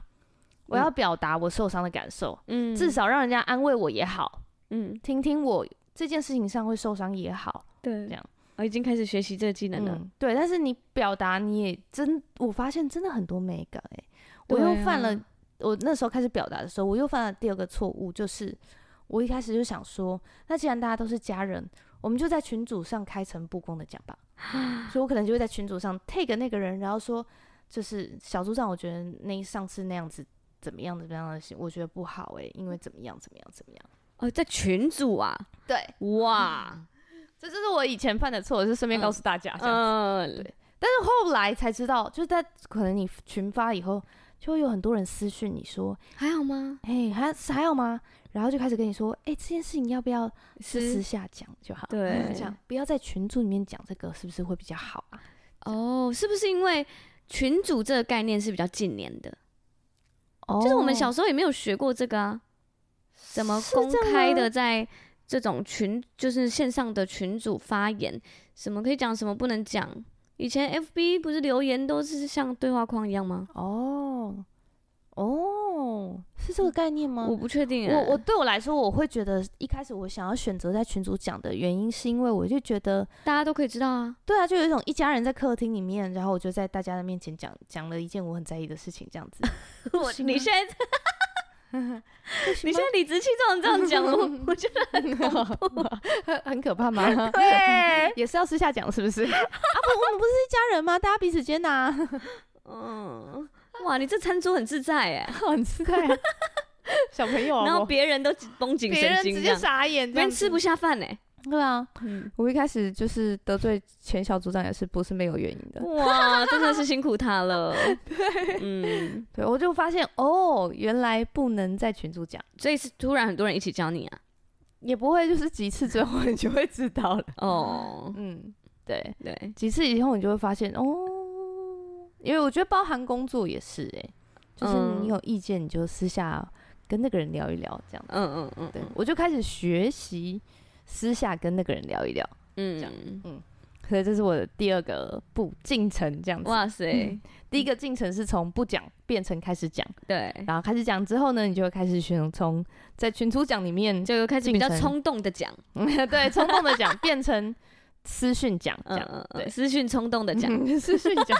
[SPEAKER 2] 我要表达我受伤的感受，
[SPEAKER 3] 嗯，
[SPEAKER 2] 至少让人家安慰我也好，
[SPEAKER 3] 嗯
[SPEAKER 2] 听听我这件事情上会受伤也好，
[SPEAKER 3] 对
[SPEAKER 2] 这样
[SPEAKER 3] 我已经开始学习这个技能了，
[SPEAKER 2] 嗯，对。但是你表达你也真，我发现真的很多美感哎、我
[SPEAKER 3] 对
[SPEAKER 2] 又犯了
[SPEAKER 3] 啊
[SPEAKER 2] 我那时候开始表达的时候，我又犯了第二个错误，就是我一开始就想说，那既然大家都是家人，我们就在群组上开诚布公的讲 吧。所以我可能就会在群组上 take 那个人，然后说，就是小组长，我觉得那上次那样子怎么样怎么样的行，我觉得不好诶、因为怎么样怎么样怎么样。
[SPEAKER 3] 哦，在群组啊，
[SPEAKER 2] 对，
[SPEAKER 3] 哇，
[SPEAKER 2] 这就是我以前犯的错，就顺便
[SPEAKER 3] 嗯
[SPEAKER 2] 告诉大家。这样子
[SPEAKER 3] 嗯，
[SPEAKER 2] 对后来才知道，就是在可能你群发以后，就会有很多人私讯你说，
[SPEAKER 3] 还好吗？
[SPEAKER 2] 哎、还还有吗？然后就开始跟你说，哎、这件事情要不要私
[SPEAKER 3] 是
[SPEAKER 2] 下讲就好？嗯
[SPEAKER 3] 对
[SPEAKER 2] 这样不要在群组里面讲这个，是不是会比较好啊？
[SPEAKER 3] 哦，是不是因为群组这个概念是比较近年的？
[SPEAKER 2] 哦
[SPEAKER 3] 就是我们小时候也没有学过这个啊，怎么公开的在这种群，就是线上的群组发言，什么可以讲，什么不能讲。以前 FB 不是留言都是像对话框一样吗？
[SPEAKER 2] 哦哦，是这个概念吗？
[SPEAKER 3] 我不确定、欸，
[SPEAKER 2] 我我对我来说，我会觉得一开始我想要选择在群组讲的原因，是因为我就觉得，
[SPEAKER 3] 大家都可以知道啊。
[SPEAKER 2] 对啊，就有一种一家人在客厅里面，然后我就在大家的面前讲讲了一件我很在意的事情，这样子。
[SPEAKER 3] 我
[SPEAKER 2] 行吗
[SPEAKER 3] 你现在
[SPEAKER 2] 不行
[SPEAKER 3] 你现在理直气壮地这样讲，我我觉得
[SPEAKER 2] 吗 很可怕吗？
[SPEAKER 3] 对，
[SPEAKER 2] 也是要私下讲，是不是？啊不，我们不是一家人吗？大家彼此接纳、
[SPEAKER 3] 嗯，哇，你这餐桌很自在哎、
[SPEAKER 2] 很自在、啊。小朋友啊
[SPEAKER 3] 然后
[SPEAKER 2] 我
[SPEAKER 3] 别人都绷紧
[SPEAKER 2] 别
[SPEAKER 3] 神
[SPEAKER 2] 人
[SPEAKER 3] 经
[SPEAKER 2] 直
[SPEAKER 3] 这
[SPEAKER 2] 接
[SPEAKER 3] 样，
[SPEAKER 2] 傻眼，
[SPEAKER 3] 别人吃不
[SPEAKER 2] 下。
[SPEAKER 3] 下饭哎、
[SPEAKER 2] 对啊，
[SPEAKER 3] 嗯，
[SPEAKER 2] 我一开始就是得罪前小组长也是不是没有原因
[SPEAKER 3] 嗯
[SPEAKER 2] 的。
[SPEAKER 3] 哇，真的是辛苦他了。 对，嗯，
[SPEAKER 2] 对，我就发现哦，原来不能在群组讲，
[SPEAKER 3] 所以是突然很多人一起教你啊。
[SPEAKER 2] 也不会就是几次之后你就会知道了。
[SPEAKER 3] 哦，
[SPEAKER 2] 嗯，对，
[SPEAKER 3] 对，
[SPEAKER 2] 几次以后你就会发现哦，因为我觉得包含工作也是哎、就是你
[SPEAKER 3] 嗯
[SPEAKER 2] 有意见你就私下跟那个人聊一聊这样子。
[SPEAKER 3] 嗯嗯嗯，
[SPEAKER 2] 对，我就开始学习私下跟那个人聊一聊，
[SPEAKER 3] 嗯，
[SPEAKER 2] 所以这是我的第二个步进程，这样子。
[SPEAKER 3] 哇塞，
[SPEAKER 2] 第一个进程是从不讲变成开始讲，
[SPEAKER 3] 对，
[SPEAKER 2] 然后开始讲之后呢，你就会开始选从在群组讲里面， 就
[SPEAKER 3] 就开始比较
[SPEAKER 2] 进程
[SPEAKER 3] 冲动的讲，
[SPEAKER 2] 对冲动的讲变成私讯讲，这
[SPEAKER 3] 嗯
[SPEAKER 2] 样
[SPEAKER 3] 嗯
[SPEAKER 2] 对
[SPEAKER 3] 嗯，私讯冲动的讲，
[SPEAKER 2] 嗯私讯 讲。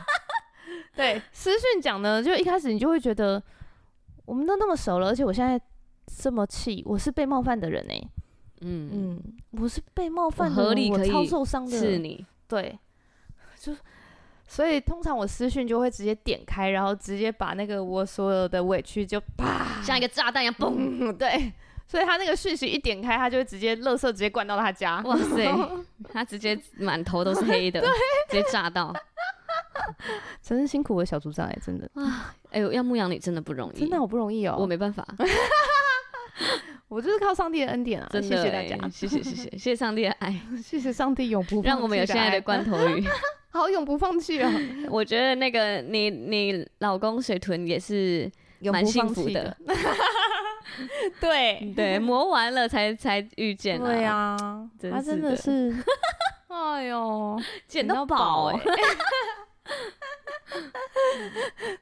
[SPEAKER 2] 对，私讯讲呢，就一开始你就会觉得我们都那么熟了，而且我现在这么气，我是被冒犯的人哎、
[SPEAKER 3] 嗯
[SPEAKER 2] 嗯，我是被冒犯的人，
[SPEAKER 3] 合理
[SPEAKER 2] 我
[SPEAKER 3] 可以
[SPEAKER 2] 超受伤的，
[SPEAKER 3] 是你，
[SPEAKER 2] 对，就所以通常我私讯就会直接点开，然后直接把那个我所有的委屈就啪，
[SPEAKER 3] 像一个炸弹一样嘣，
[SPEAKER 2] 嗯，对，所以他那个讯息一点开，他就会直接垃圾直接灌到他家，
[SPEAKER 3] 哇塞，
[SPEAKER 2] 嗯
[SPEAKER 3] 他直接满头都是 黑的，直接炸到，
[SPEAKER 2] 真是辛苦我的小组长哎、真的，
[SPEAKER 3] 哇，哎、哎呦，要牧养你真的不容易，
[SPEAKER 2] 真的好不容易哦。
[SPEAKER 3] 我没办法，
[SPEAKER 2] 我就是靠上帝的恩典啊，
[SPEAKER 3] 真的
[SPEAKER 2] 谢谢大
[SPEAKER 3] 哎
[SPEAKER 2] 家，
[SPEAKER 3] 谢谢谢谢谢谢上帝的 爱，
[SPEAKER 2] 谢谢上帝永不放
[SPEAKER 3] 让我们有
[SPEAKER 2] 弃
[SPEAKER 3] 现在
[SPEAKER 2] 爱
[SPEAKER 3] 的罐头鱼。
[SPEAKER 2] 好永不放 弃哦，
[SPEAKER 3] 我觉得那个你你老公水豚 也是
[SPEAKER 2] 永
[SPEAKER 3] 蛮
[SPEAKER 2] 不
[SPEAKER 3] 幸
[SPEAKER 2] 放
[SPEAKER 3] 福
[SPEAKER 2] 弃
[SPEAKER 3] 的，
[SPEAKER 2] 的， 嗯对
[SPEAKER 3] 对，磨完了才才遇见、
[SPEAKER 2] 对，啊，
[SPEAKER 3] 真
[SPEAKER 2] 他真
[SPEAKER 3] 是
[SPEAKER 2] 的
[SPEAKER 3] 的
[SPEAKER 2] 是， 哎呦，
[SPEAKER 3] 捡
[SPEAKER 2] 捡
[SPEAKER 3] 到宝、
[SPEAKER 2] 哎
[SPEAKER 3] 欸，！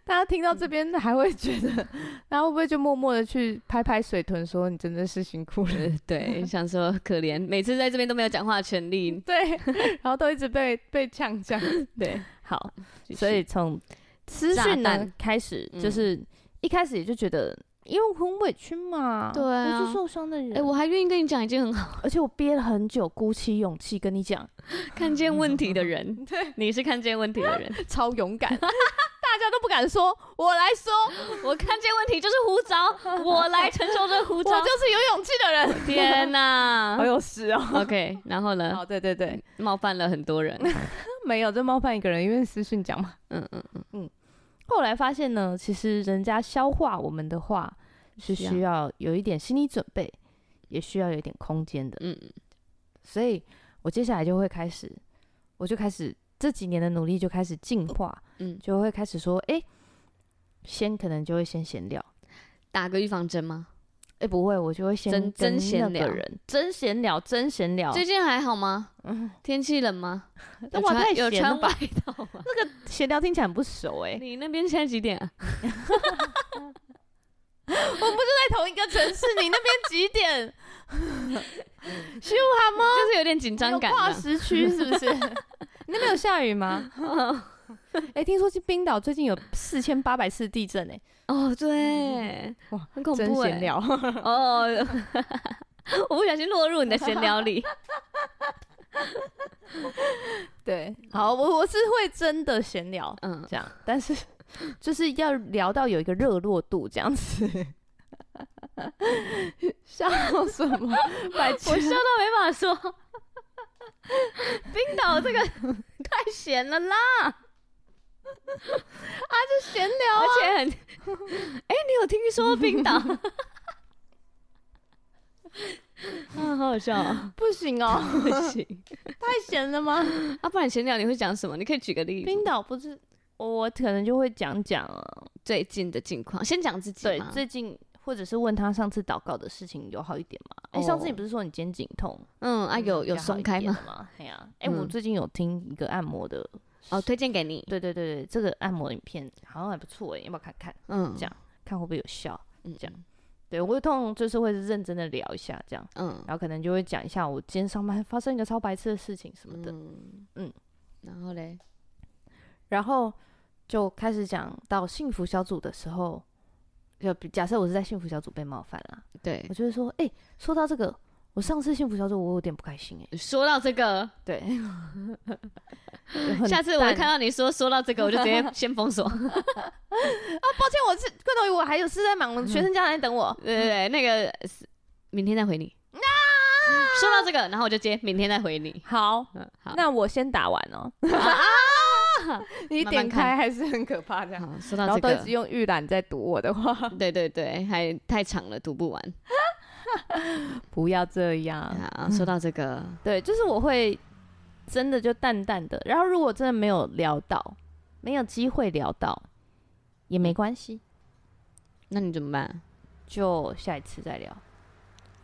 [SPEAKER 2] 大家听到这边还会觉得，大家会不会就默默的去拍拍水豚，说你真的是辛苦了？
[SPEAKER 3] 呃 对，想说可怜，每次在这边都没有讲话的 权利，
[SPEAKER 2] 对，然后都一直被被呛这样。
[SPEAKER 3] 对，
[SPEAKER 2] 好，
[SPEAKER 3] 继续
[SPEAKER 2] 所以从资
[SPEAKER 3] 炸
[SPEAKER 2] 讯呢
[SPEAKER 3] 弹
[SPEAKER 2] 开始，
[SPEAKER 3] 嗯
[SPEAKER 2] 就是一开始也就觉得，因为我很委屈嘛，
[SPEAKER 3] 对
[SPEAKER 2] 我
[SPEAKER 3] 啊
[SPEAKER 2] 是受伤的人，
[SPEAKER 3] 哎、我还愿意跟你讲已经很好，
[SPEAKER 2] 而且我憋了很久，鼓起勇气跟你 讲，
[SPEAKER 3] 看见问题的 人，对，你是看见问题的人，
[SPEAKER 2] 超勇敢， 大家都不敢说，我来说，
[SPEAKER 3] 我看见问题就是呼召，我来承受这呼
[SPEAKER 2] 我
[SPEAKER 3] 召，
[SPEAKER 2] 就是有勇气的人，嗯
[SPEAKER 3] 天 哪、
[SPEAKER 2] 好有事哦。
[SPEAKER 3] OK，然后呢
[SPEAKER 2] 好，，对对对，
[SPEAKER 3] 冒犯了很多人，
[SPEAKER 2] 没有，就冒犯一个人，因为私讯讲嘛。
[SPEAKER 3] 嗯嗯嗯，
[SPEAKER 2] 后来发现呢，其实人家消化我们的话是
[SPEAKER 3] 需要
[SPEAKER 2] 需要有一点心理准备，也需要有一点空间的。
[SPEAKER 3] 嗯，嗯
[SPEAKER 2] 所以我接下来就会开始，我就开始这几年的努力就开始进化，
[SPEAKER 3] 嗯
[SPEAKER 2] 就会开始说，哎、先可能就会先闲聊，
[SPEAKER 3] 打个预防针吗？
[SPEAKER 2] 哎、不会，我就会先
[SPEAKER 3] 真
[SPEAKER 2] 跟
[SPEAKER 3] 真闲
[SPEAKER 2] 那个
[SPEAKER 3] 聊
[SPEAKER 2] 人真闲聊，真闲聊，
[SPEAKER 3] 最近还好吗？
[SPEAKER 2] 嗯
[SPEAKER 3] 天气冷吗？
[SPEAKER 2] 那
[SPEAKER 3] 有
[SPEAKER 2] 哇太
[SPEAKER 3] 穿有
[SPEAKER 2] 闲了
[SPEAKER 3] 穿
[SPEAKER 2] 吧
[SPEAKER 3] 外套吗？
[SPEAKER 2] 闲聊听起来很不熟哎、
[SPEAKER 3] 你那边现在几点啊？
[SPEAKER 2] 在同一个城市，你那边几点？ 咻哈吗？
[SPEAKER 3] 就是有点紧张感
[SPEAKER 2] 有跨
[SPEAKER 3] 啊。
[SPEAKER 2] 时区是不是？ 你那边有下雨 吗？哎、听说去冰岛最近有四千八百次地震哎、
[SPEAKER 3] 哦，对，
[SPEAKER 2] 嗯哇
[SPEAKER 3] 很恐
[SPEAKER 2] 真
[SPEAKER 3] 怖
[SPEAKER 2] 闲
[SPEAKER 3] 哎。
[SPEAKER 2] 聊。
[SPEAKER 3] 哦， 我不小心落入你的闲 聊里。
[SPEAKER 2] 对，好，我我是会真的闲聊
[SPEAKER 3] 嗯，
[SPEAKER 2] 这样， 但是就是要聊到有一个热络度这样子。笑什 么？白痴啊
[SPEAKER 3] 我！笑到没办法说。冰岛这个
[SPEAKER 2] 哦
[SPEAKER 3] 太闲 了啦，
[SPEAKER 2] 啊闲聊
[SPEAKER 3] 而且 很，哎、你有听说冰岛？啊，好好笑、 哦，
[SPEAKER 2] 不行哦，
[SPEAKER 3] 不行
[SPEAKER 2] 太闲了吗？
[SPEAKER 3] 啊！不然闲聊你会讲什么？你可以举个例子。
[SPEAKER 2] 冰岛不是我可能就会讲讲啊，
[SPEAKER 3] 最近的近况，先讲自啊己
[SPEAKER 2] 对
[SPEAKER 3] 嘛，。
[SPEAKER 2] 最近或者是问他上次祷告的事情有好一点吗？哎、上次你
[SPEAKER 3] 哦
[SPEAKER 2] 不是说你肩颈痛
[SPEAKER 3] 嗯啊，有有松开吗？
[SPEAKER 2] 吗？哎呀，哎、我
[SPEAKER 3] 嗯
[SPEAKER 2] 最近有听一个按摩的，
[SPEAKER 3] 哦，推荐给你。
[SPEAKER 2] 对对对对，这个按摩影片好像还不错哎、要不要看看？
[SPEAKER 3] 嗯，
[SPEAKER 2] 这样看会不会有效？
[SPEAKER 3] 嗯
[SPEAKER 2] 这样对我通常就是会认真的聊一下这样，
[SPEAKER 3] 嗯
[SPEAKER 2] 然后可能就会讲一下我今天上班发生一个超白痴的事情什么的，
[SPEAKER 3] 嗯
[SPEAKER 2] 嗯
[SPEAKER 3] 嗯，然后嘞，
[SPEAKER 2] 然后就开始讲到幸福小组的时候，就比假设我是在幸福小组被冒犯啦，
[SPEAKER 3] 对
[SPEAKER 2] 我，就会说，哎、说到这个，我上次幸福小组我有点不开心哎、
[SPEAKER 3] 说到这个，
[SPEAKER 2] 对，
[SPEAKER 3] 下次我
[SPEAKER 2] 会
[SPEAKER 3] 看到你说说到这个，我就直 接先封锁。
[SPEAKER 2] 抱歉，我是罐头鱼，我还有事在忙，学生家长在等我。
[SPEAKER 3] 对对对，那个是明天再 回你。
[SPEAKER 2] 啊
[SPEAKER 3] 说到这个，然后我就接明天再回你。
[SPEAKER 2] 好，啊
[SPEAKER 3] 嗯，好，
[SPEAKER 2] 那我先打完哦。你
[SPEAKER 3] 慢慢
[SPEAKER 2] 点
[SPEAKER 3] 看
[SPEAKER 2] 开还是很可怕这样。
[SPEAKER 3] 好，说
[SPEAKER 2] 然
[SPEAKER 3] 到
[SPEAKER 2] 后
[SPEAKER 3] 这
[SPEAKER 2] 都一直
[SPEAKER 3] 个，
[SPEAKER 2] 用预览在读我的话，
[SPEAKER 3] 对对对，还太长了，读不完。
[SPEAKER 2] 不要这样。
[SPEAKER 3] 好，说到这个，
[SPEAKER 2] 对，就是我会真的就淡淡的，然后如果真的没有聊到，没有机会聊到，也没关系，
[SPEAKER 3] 那你怎么办？
[SPEAKER 2] 就下一次再聊。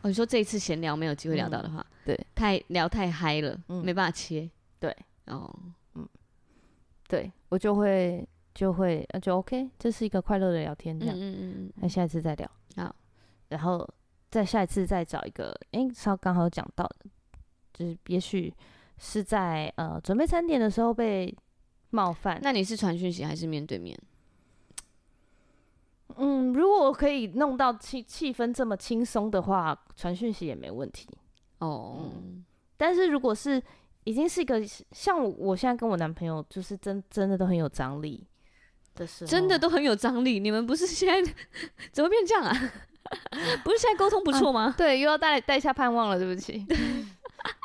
[SPEAKER 3] 哦，你说这一次闲聊没有机会聊到的话，
[SPEAKER 2] 嗯对，
[SPEAKER 3] 太聊太嗨了，
[SPEAKER 2] 嗯
[SPEAKER 3] 没办法切。
[SPEAKER 2] 对，
[SPEAKER 3] 哦，
[SPEAKER 2] 对我就会就会呃就 OK，这是一个快乐的聊天这
[SPEAKER 3] 嗯
[SPEAKER 2] 样。
[SPEAKER 3] 嗯嗯
[SPEAKER 2] 那下一次再聊。
[SPEAKER 3] 好，
[SPEAKER 2] 然后再下一次再找一个，诶，稍刚好有讲到的，就是也许是在呃准备餐点的时候被冒犯
[SPEAKER 3] 嗯。。 那你是传讯息还是面对面？
[SPEAKER 2] 嗯，如果我可以弄到气气氛这么轻松的话，传讯息也没问题。
[SPEAKER 3] 哦，
[SPEAKER 2] 嗯但是如果是已经是一个像我我现在跟我男朋友，就是真真的都很有张力的时候，
[SPEAKER 3] 真的都很有张力。你们不是现在 怎么变 这样啊？不是现在沟通不错吗？
[SPEAKER 2] 对，又要带带下盼望了，对不起。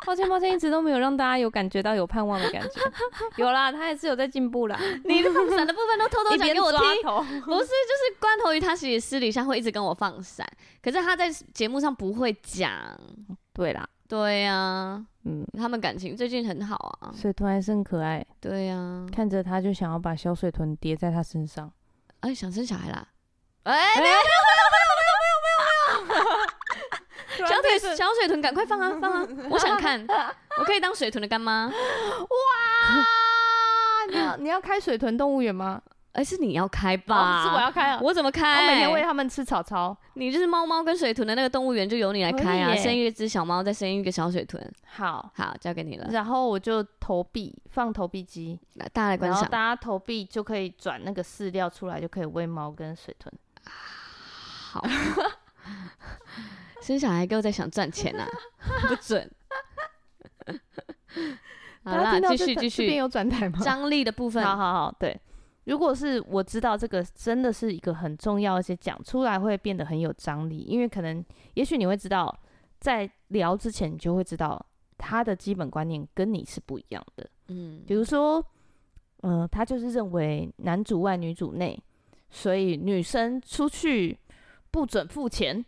[SPEAKER 2] 抱歉抱歉，一直都没有让大家有感觉到有盼望的感觉。有啦，他还是有在进步啦，
[SPEAKER 3] 你放闪的部分都偷偷
[SPEAKER 2] 一
[SPEAKER 3] 讲
[SPEAKER 2] 边
[SPEAKER 3] 给我
[SPEAKER 2] 抓
[SPEAKER 3] 听。
[SPEAKER 2] 头。
[SPEAKER 3] 不是，就是关头鱼，他其实私底下会一直跟我放闪，可是他在节目上不会讲。
[SPEAKER 2] 对啦，
[SPEAKER 3] 对呀、
[SPEAKER 2] 嗯，
[SPEAKER 3] 他们感情最近很好啊。
[SPEAKER 2] 水豚还是很可爱，
[SPEAKER 3] 对啊呀、
[SPEAKER 2] 看着他就想要把小水豚叠在他身上。
[SPEAKER 3] 哎、想生小孩啦？哎、
[SPEAKER 2] 哎
[SPEAKER 3] 没有
[SPEAKER 2] 小
[SPEAKER 3] 小腿小水豚，赶快放 啊放啊！我想看，我可以当水豚的干妈。
[SPEAKER 2] 哇！你要你要开水豚动物园吗？
[SPEAKER 3] 哎、是你要开
[SPEAKER 2] 哦，
[SPEAKER 3] 吧？
[SPEAKER 2] 是我要开啊！
[SPEAKER 3] 我怎么
[SPEAKER 2] 我
[SPEAKER 3] 开？
[SPEAKER 2] 每天喂他们吃草草。
[SPEAKER 3] 你就是猫猫跟水豚的那个动物园，就由你来开
[SPEAKER 2] 可
[SPEAKER 3] 啊！
[SPEAKER 2] 以耶
[SPEAKER 3] 生一只小猫，再生一个小水豚。
[SPEAKER 2] 好，
[SPEAKER 3] 好，交给你了，
[SPEAKER 2] 然后我就投币放投币机，
[SPEAKER 3] 来大家来观
[SPEAKER 2] 然后
[SPEAKER 3] 赏。
[SPEAKER 2] 大家投币就可以转那个饲料出来，就可以喂猫跟水豚。
[SPEAKER 3] 好，生小孩给我在想赚钱 呐、不准。好
[SPEAKER 2] 大家
[SPEAKER 3] 啦
[SPEAKER 2] 听，到
[SPEAKER 3] 继
[SPEAKER 2] 这
[SPEAKER 3] 续继
[SPEAKER 2] 这边
[SPEAKER 3] 续。
[SPEAKER 2] 有转台吗？
[SPEAKER 3] 张力的部分，
[SPEAKER 2] 好好好，对。如果是我知道这个真的是一个很重要，而且讲出来会变得很有张力，因为可能也许你会知道，在聊之前你就会知道他的基本观念跟你是不一样的。
[SPEAKER 3] 嗯，
[SPEAKER 2] 比如说，呃，他就是认为男主外女主内，所以女生出去不准付钱，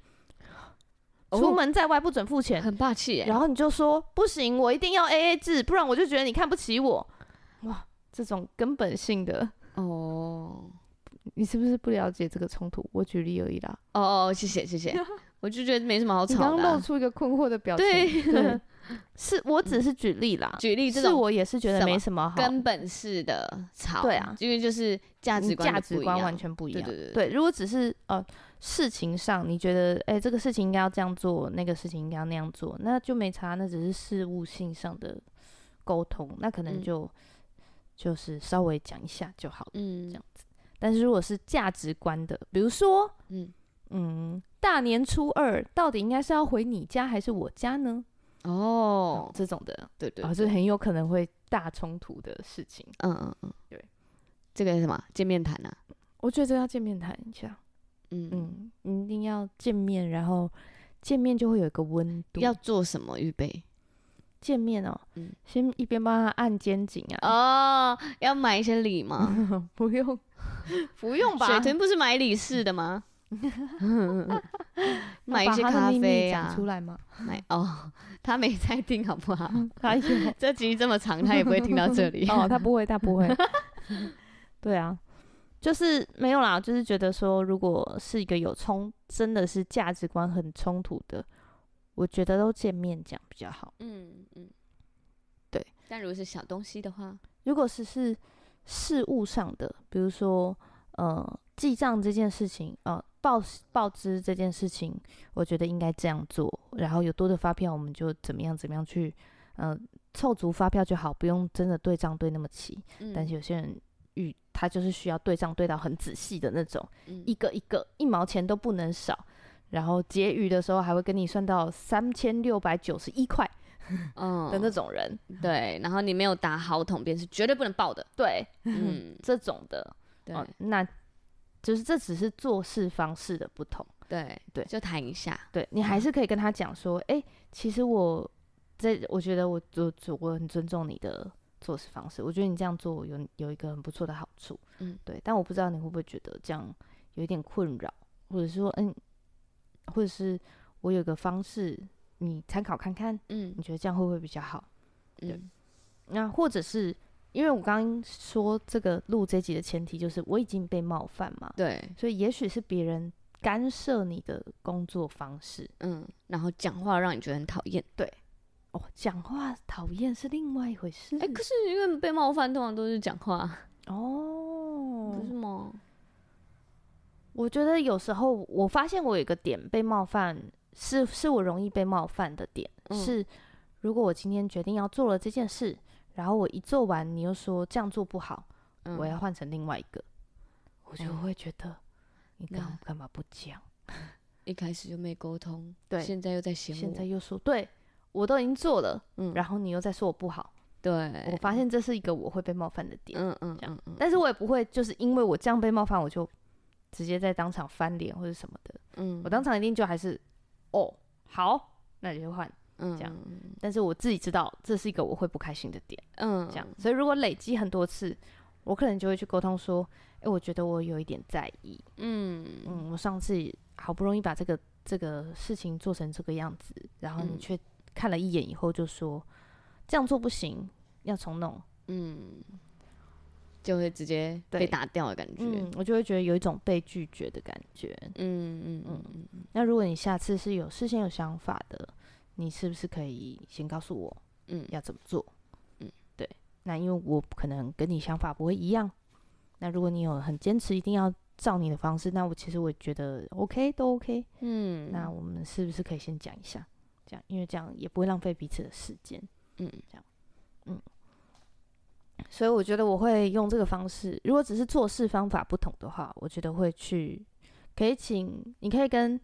[SPEAKER 3] 哦
[SPEAKER 2] 出门在外不准付钱。
[SPEAKER 3] 很霸气耶
[SPEAKER 2] 然。后你就说不行，我一定要 A A 制，不然我就觉得你看不起我。哇，这种根本性的，
[SPEAKER 3] 哦
[SPEAKER 2] 你是不是不了解这个冲突？我举例而已啦。
[SPEAKER 3] 哦哦，谢 谢谢谢，我就觉得没什么好
[SPEAKER 2] 你
[SPEAKER 3] 吵
[SPEAKER 2] 刚
[SPEAKER 3] 的
[SPEAKER 2] 刚
[SPEAKER 3] 啊、
[SPEAKER 2] 露出一个困惑的表情。
[SPEAKER 3] 对
[SPEAKER 2] 对，是我只是举例啦，
[SPEAKER 3] 举例这
[SPEAKER 2] 是
[SPEAKER 3] 种
[SPEAKER 2] 我也是觉得
[SPEAKER 3] 什
[SPEAKER 2] 没
[SPEAKER 3] 么
[SPEAKER 2] 什么好，
[SPEAKER 3] 根本式的吵，
[SPEAKER 2] 对啊
[SPEAKER 3] 因为就是价值
[SPEAKER 2] 你嗯
[SPEAKER 3] 观
[SPEAKER 2] 价
[SPEAKER 3] 的
[SPEAKER 2] 值
[SPEAKER 3] 不一
[SPEAKER 2] 观
[SPEAKER 3] 样
[SPEAKER 2] 完全不一
[SPEAKER 3] 对
[SPEAKER 2] 样。
[SPEAKER 3] 对对
[SPEAKER 2] 如果只是呃事情上你觉得，哎、这个事情应该要这样做，那个事情应该要那样做，那就没差，那只是事务性上的沟通，那可能
[SPEAKER 3] 嗯
[SPEAKER 2] 就、就是稍微讲一下就好了。
[SPEAKER 3] 嗯
[SPEAKER 2] 这样但是如果是价值观的，比如说，
[SPEAKER 3] 嗯
[SPEAKER 2] 嗯，大年初二到底应该是要回你家还是我家呢？
[SPEAKER 3] 哦，
[SPEAKER 2] 这种的，
[SPEAKER 3] 对对
[SPEAKER 2] 啊，这很有可能会大冲突的事情。
[SPEAKER 3] 嗯嗯嗯，
[SPEAKER 2] 对，
[SPEAKER 3] 这个是什么见面谈啊，
[SPEAKER 2] 我觉得这个要见面谈一下，
[SPEAKER 3] 嗯嗯，
[SPEAKER 2] 嗯，你一定要见面，然后见面就会有一个温度。
[SPEAKER 3] 要做什么预备？
[SPEAKER 2] 见面哦，
[SPEAKER 3] 嗯
[SPEAKER 2] 先一边帮他按肩颈啊，
[SPEAKER 3] 哦，要买一些礼吗？
[SPEAKER 2] 不用，不用嗯吧，
[SPEAKER 3] 水 豚不是买礼式 的吗？ 买一些
[SPEAKER 2] 要把他
[SPEAKER 3] 咖
[SPEAKER 2] 的秘密
[SPEAKER 3] 啡
[SPEAKER 2] 讲
[SPEAKER 3] 啊
[SPEAKER 2] 出，来 吗？
[SPEAKER 3] 买哦，他没在听好不好？
[SPEAKER 2] 哎呦，。
[SPEAKER 3] 这集这么长，他也不会听到这里
[SPEAKER 2] 哦，他不会，他不会。对啊，就是没有啦，就是觉得说，如果是一个有冲，真的是价值观很冲突的，我觉得都见面讲比较好。
[SPEAKER 3] 嗯嗯，
[SPEAKER 2] 对。
[SPEAKER 3] 但如果是小东西的话，
[SPEAKER 2] 如果是是事务上的，比如说呃记账这件事情，呃报报支这件事情，我觉得应该这样做。然后有多的发票，我们就怎么样怎么样去，呃凑足发票就好，不用真的对账对那么齐。
[SPEAKER 3] 嗯
[SPEAKER 2] 但是有些人遇他就是需要对账对到很仔细的那种，
[SPEAKER 3] 嗯
[SPEAKER 2] 一个一个一毛钱都不能少。然后结余的时候还会跟你算到三千六百九十一块
[SPEAKER 3] 嗯
[SPEAKER 2] 的那种人，
[SPEAKER 3] 对，然后你没有打好统编是绝对不能 报的。
[SPEAKER 2] 对
[SPEAKER 3] 嗯，
[SPEAKER 2] 这种的，
[SPEAKER 3] 对
[SPEAKER 2] 哦，那就是这只是做事方式的不同。
[SPEAKER 3] 对
[SPEAKER 2] 对
[SPEAKER 3] 就谈一下。
[SPEAKER 2] 对你
[SPEAKER 3] 嗯
[SPEAKER 2] 还是可以跟他讲说，哎、其实我这我觉得我我我很尊重你的做事方式，我觉得你这样做有有一个很不错的好处，
[SPEAKER 3] 嗯，
[SPEAKER 2] 对。但我不知道你会不会觉得这样有一点困扰，或者说，嗯，或者是我有个方式，你参考看看，
[SPEAKER 3] 嗯
[SPEAKER 2] 你觉得这样会不会比较好？对
[SPEAKER 3] 嗯
[SPEAKER 2] 那或者是因为我刚刚说这个录这集的前提就是我已经被冒犯嘛，
[SPEAKER 3] 对，
[SPEAKER 2] 所以也许是别人干涉你的工作方式。
[SPEAKER 3] 嗯，然后讲话让你觉得很讨 厌。
[SPEAKER 2] 哦，讲话讨厌是另外一回事。
[SPEAKER 3] 哎、可是因为被冒犯，通常都是讲话，
[SPEAKER 2] 哦
[SPEAKER 3] 不，是吗？
[SPEAKER 2] 我觉得有时候我发现我有一个点被冒犯，是是我容易被冒犯的点，
[SPEAKER 3] 嗯
[SPEAKER 2] 是如果我今天决定要做了这件事，然后我一做完，你又说这样做不好，
[SPEAKER 3] 嗯
[SPEAKER 2] 我要换成另外一个，我就会觉得你
[SPEAKER 3] 那
[SPEAKER 2] 干干嘛不讲？
[SPEAKER 3] 一开始就没沟通，
[SPEAKER 2] 对
[SPEAKER 3] 现在又在嫌我，
[SPEAKER 2] 现在又说对我都已经做了，
[SPEAKER 3] 嗯，
[SPEAKER 2] 然后你又在说我不好，
[SPEAKER 3] 对，
[SPEAKER 2] 我发现这是一个我会被冒犯的点，
[SPEAKER 3] 嗯嗯
[SPEAKER 2] 这样
[SPEAKER 3] 嗯嗯
[SPEAKER 2] 但是我也不会就是因为我这样被冒犯，我就直接在当场翻脸或者什么的，
[SPEAKER 3] 嗯，
[SPEAKER 2] 我当场一定就还是哦好，那你就换，
[SPEAKER 3] 嗯，
[SPEAKER 2] 这样但是我自己知道这是一个我会不开心的点，
[SPEAKER 3] 嗯，
[SPEAKER 2] 这样，所以如果累积很多次，我可能就会去沟通说，哎、我觉得我有一点在意，
[SPEAKER 3] 嗯
[SPEAKER 2] 嗯，我上次好不容易把这个这个事情做成这个样子，然后你
[SPEAKER 3] 嗯
[SPEAKER 2] 却看了一眼以后就说这样做不行，要重弄。
[SPEAKER 3] 嗯，就会直接被
[SPEAKER 2] 对
[SPEAKER 3] 打掉的感觉。
[SPEAKER 2] 嗯，我就会觉得有一种被拒绝的感觉。
[SPEAKER 3] 嗯嗯嗯
[SPEAKER 2] 那如果你下次是有事先有想法的，你是不是可以先告诉我
[SPEAKER 3] 嗯嗯，
[SPEAKER 2] 要怎么做？
[SPEAKER 3] 嗯，
[SPEAKER 2] 对。那因为我可能跟你想法不会一样，那如果你有很坚持一定要照你的方式，那我其实我觉得 OK 都 OK。
[SPEAKER 3] 嗯，
[SPEAKER 2] 那我们是不是可以先讲一下？这样，因为这样也不会浪费彼此的时间。
[SPEAKER 3] 嗯
[SPEAKER 2] 所以我觉得我会用这个方式。如果只是做事方法不同的话，我觉得会去可以请，你可以跟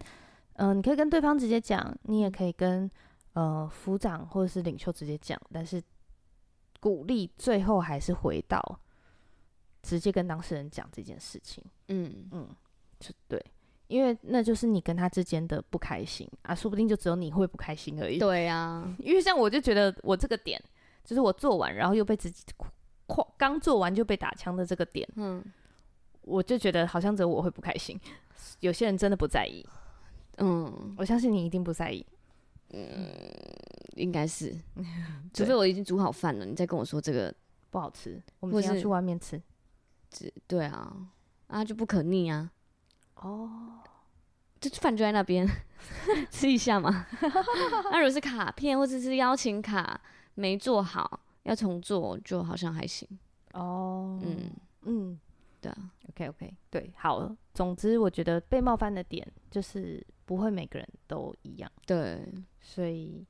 [SPEAKER 2] 嗯、你可以跟对方直接讲，你也可以跟呃副长或者是领袖直接讲，但是鼓励最后还是回到直接跟当事人讲这件事情。
[SPEAKER 3] 嗯
[SPEAKER 2] 嗯，就对。因为那就是你跟他之间的不开心啊，说不定就只有你会不开心而已。
[SPEAKER 3] 对啊，
[SPEAKER 2] 因为像我就觉得我这个点，就是我做完然后又被自己哐刚做完就被打枪的这个点，
[SPEAKER 3] 嗯
[SPEAKER 2] 我就觉得好像只有我会不开心。有些人真的不在意，
[SPEAKER 3] 嗯，
[SPEAKER 2] 我相信你一定不在意。
[SPEAKER 3] 应 该是，除非我已经煮好饭了，你再跟我说这个，
[SPEAKER 2] 不好吃，我们
[SPEAKER 3] 或
[SPEAKER 2] 今天要
[SPEAKER 3] 是
[SPEAKER 2] 去外面吃。
[SPEAKER 3] 对啊，啊就不可逆啊，
[SPEAKER 2] 哦，
[SPEAKER 3] 就饭就在那边 吃一 下嘛。那如果是卡片或者是邀请卡没做好，要重做就好像还行，
[SPEAKER 2] 哦，
[SPEAKER 3] 嗯
[SPEAKER 2] 嗯，
[SPEAKER 3] 对啊，
[SPEAKER 2] ，OK OK，对，好。总之，我觉得被冒犯的点就是不会每个人都一样。
[SPEAKER 3] 对，
[SPEAKER 2] 所以，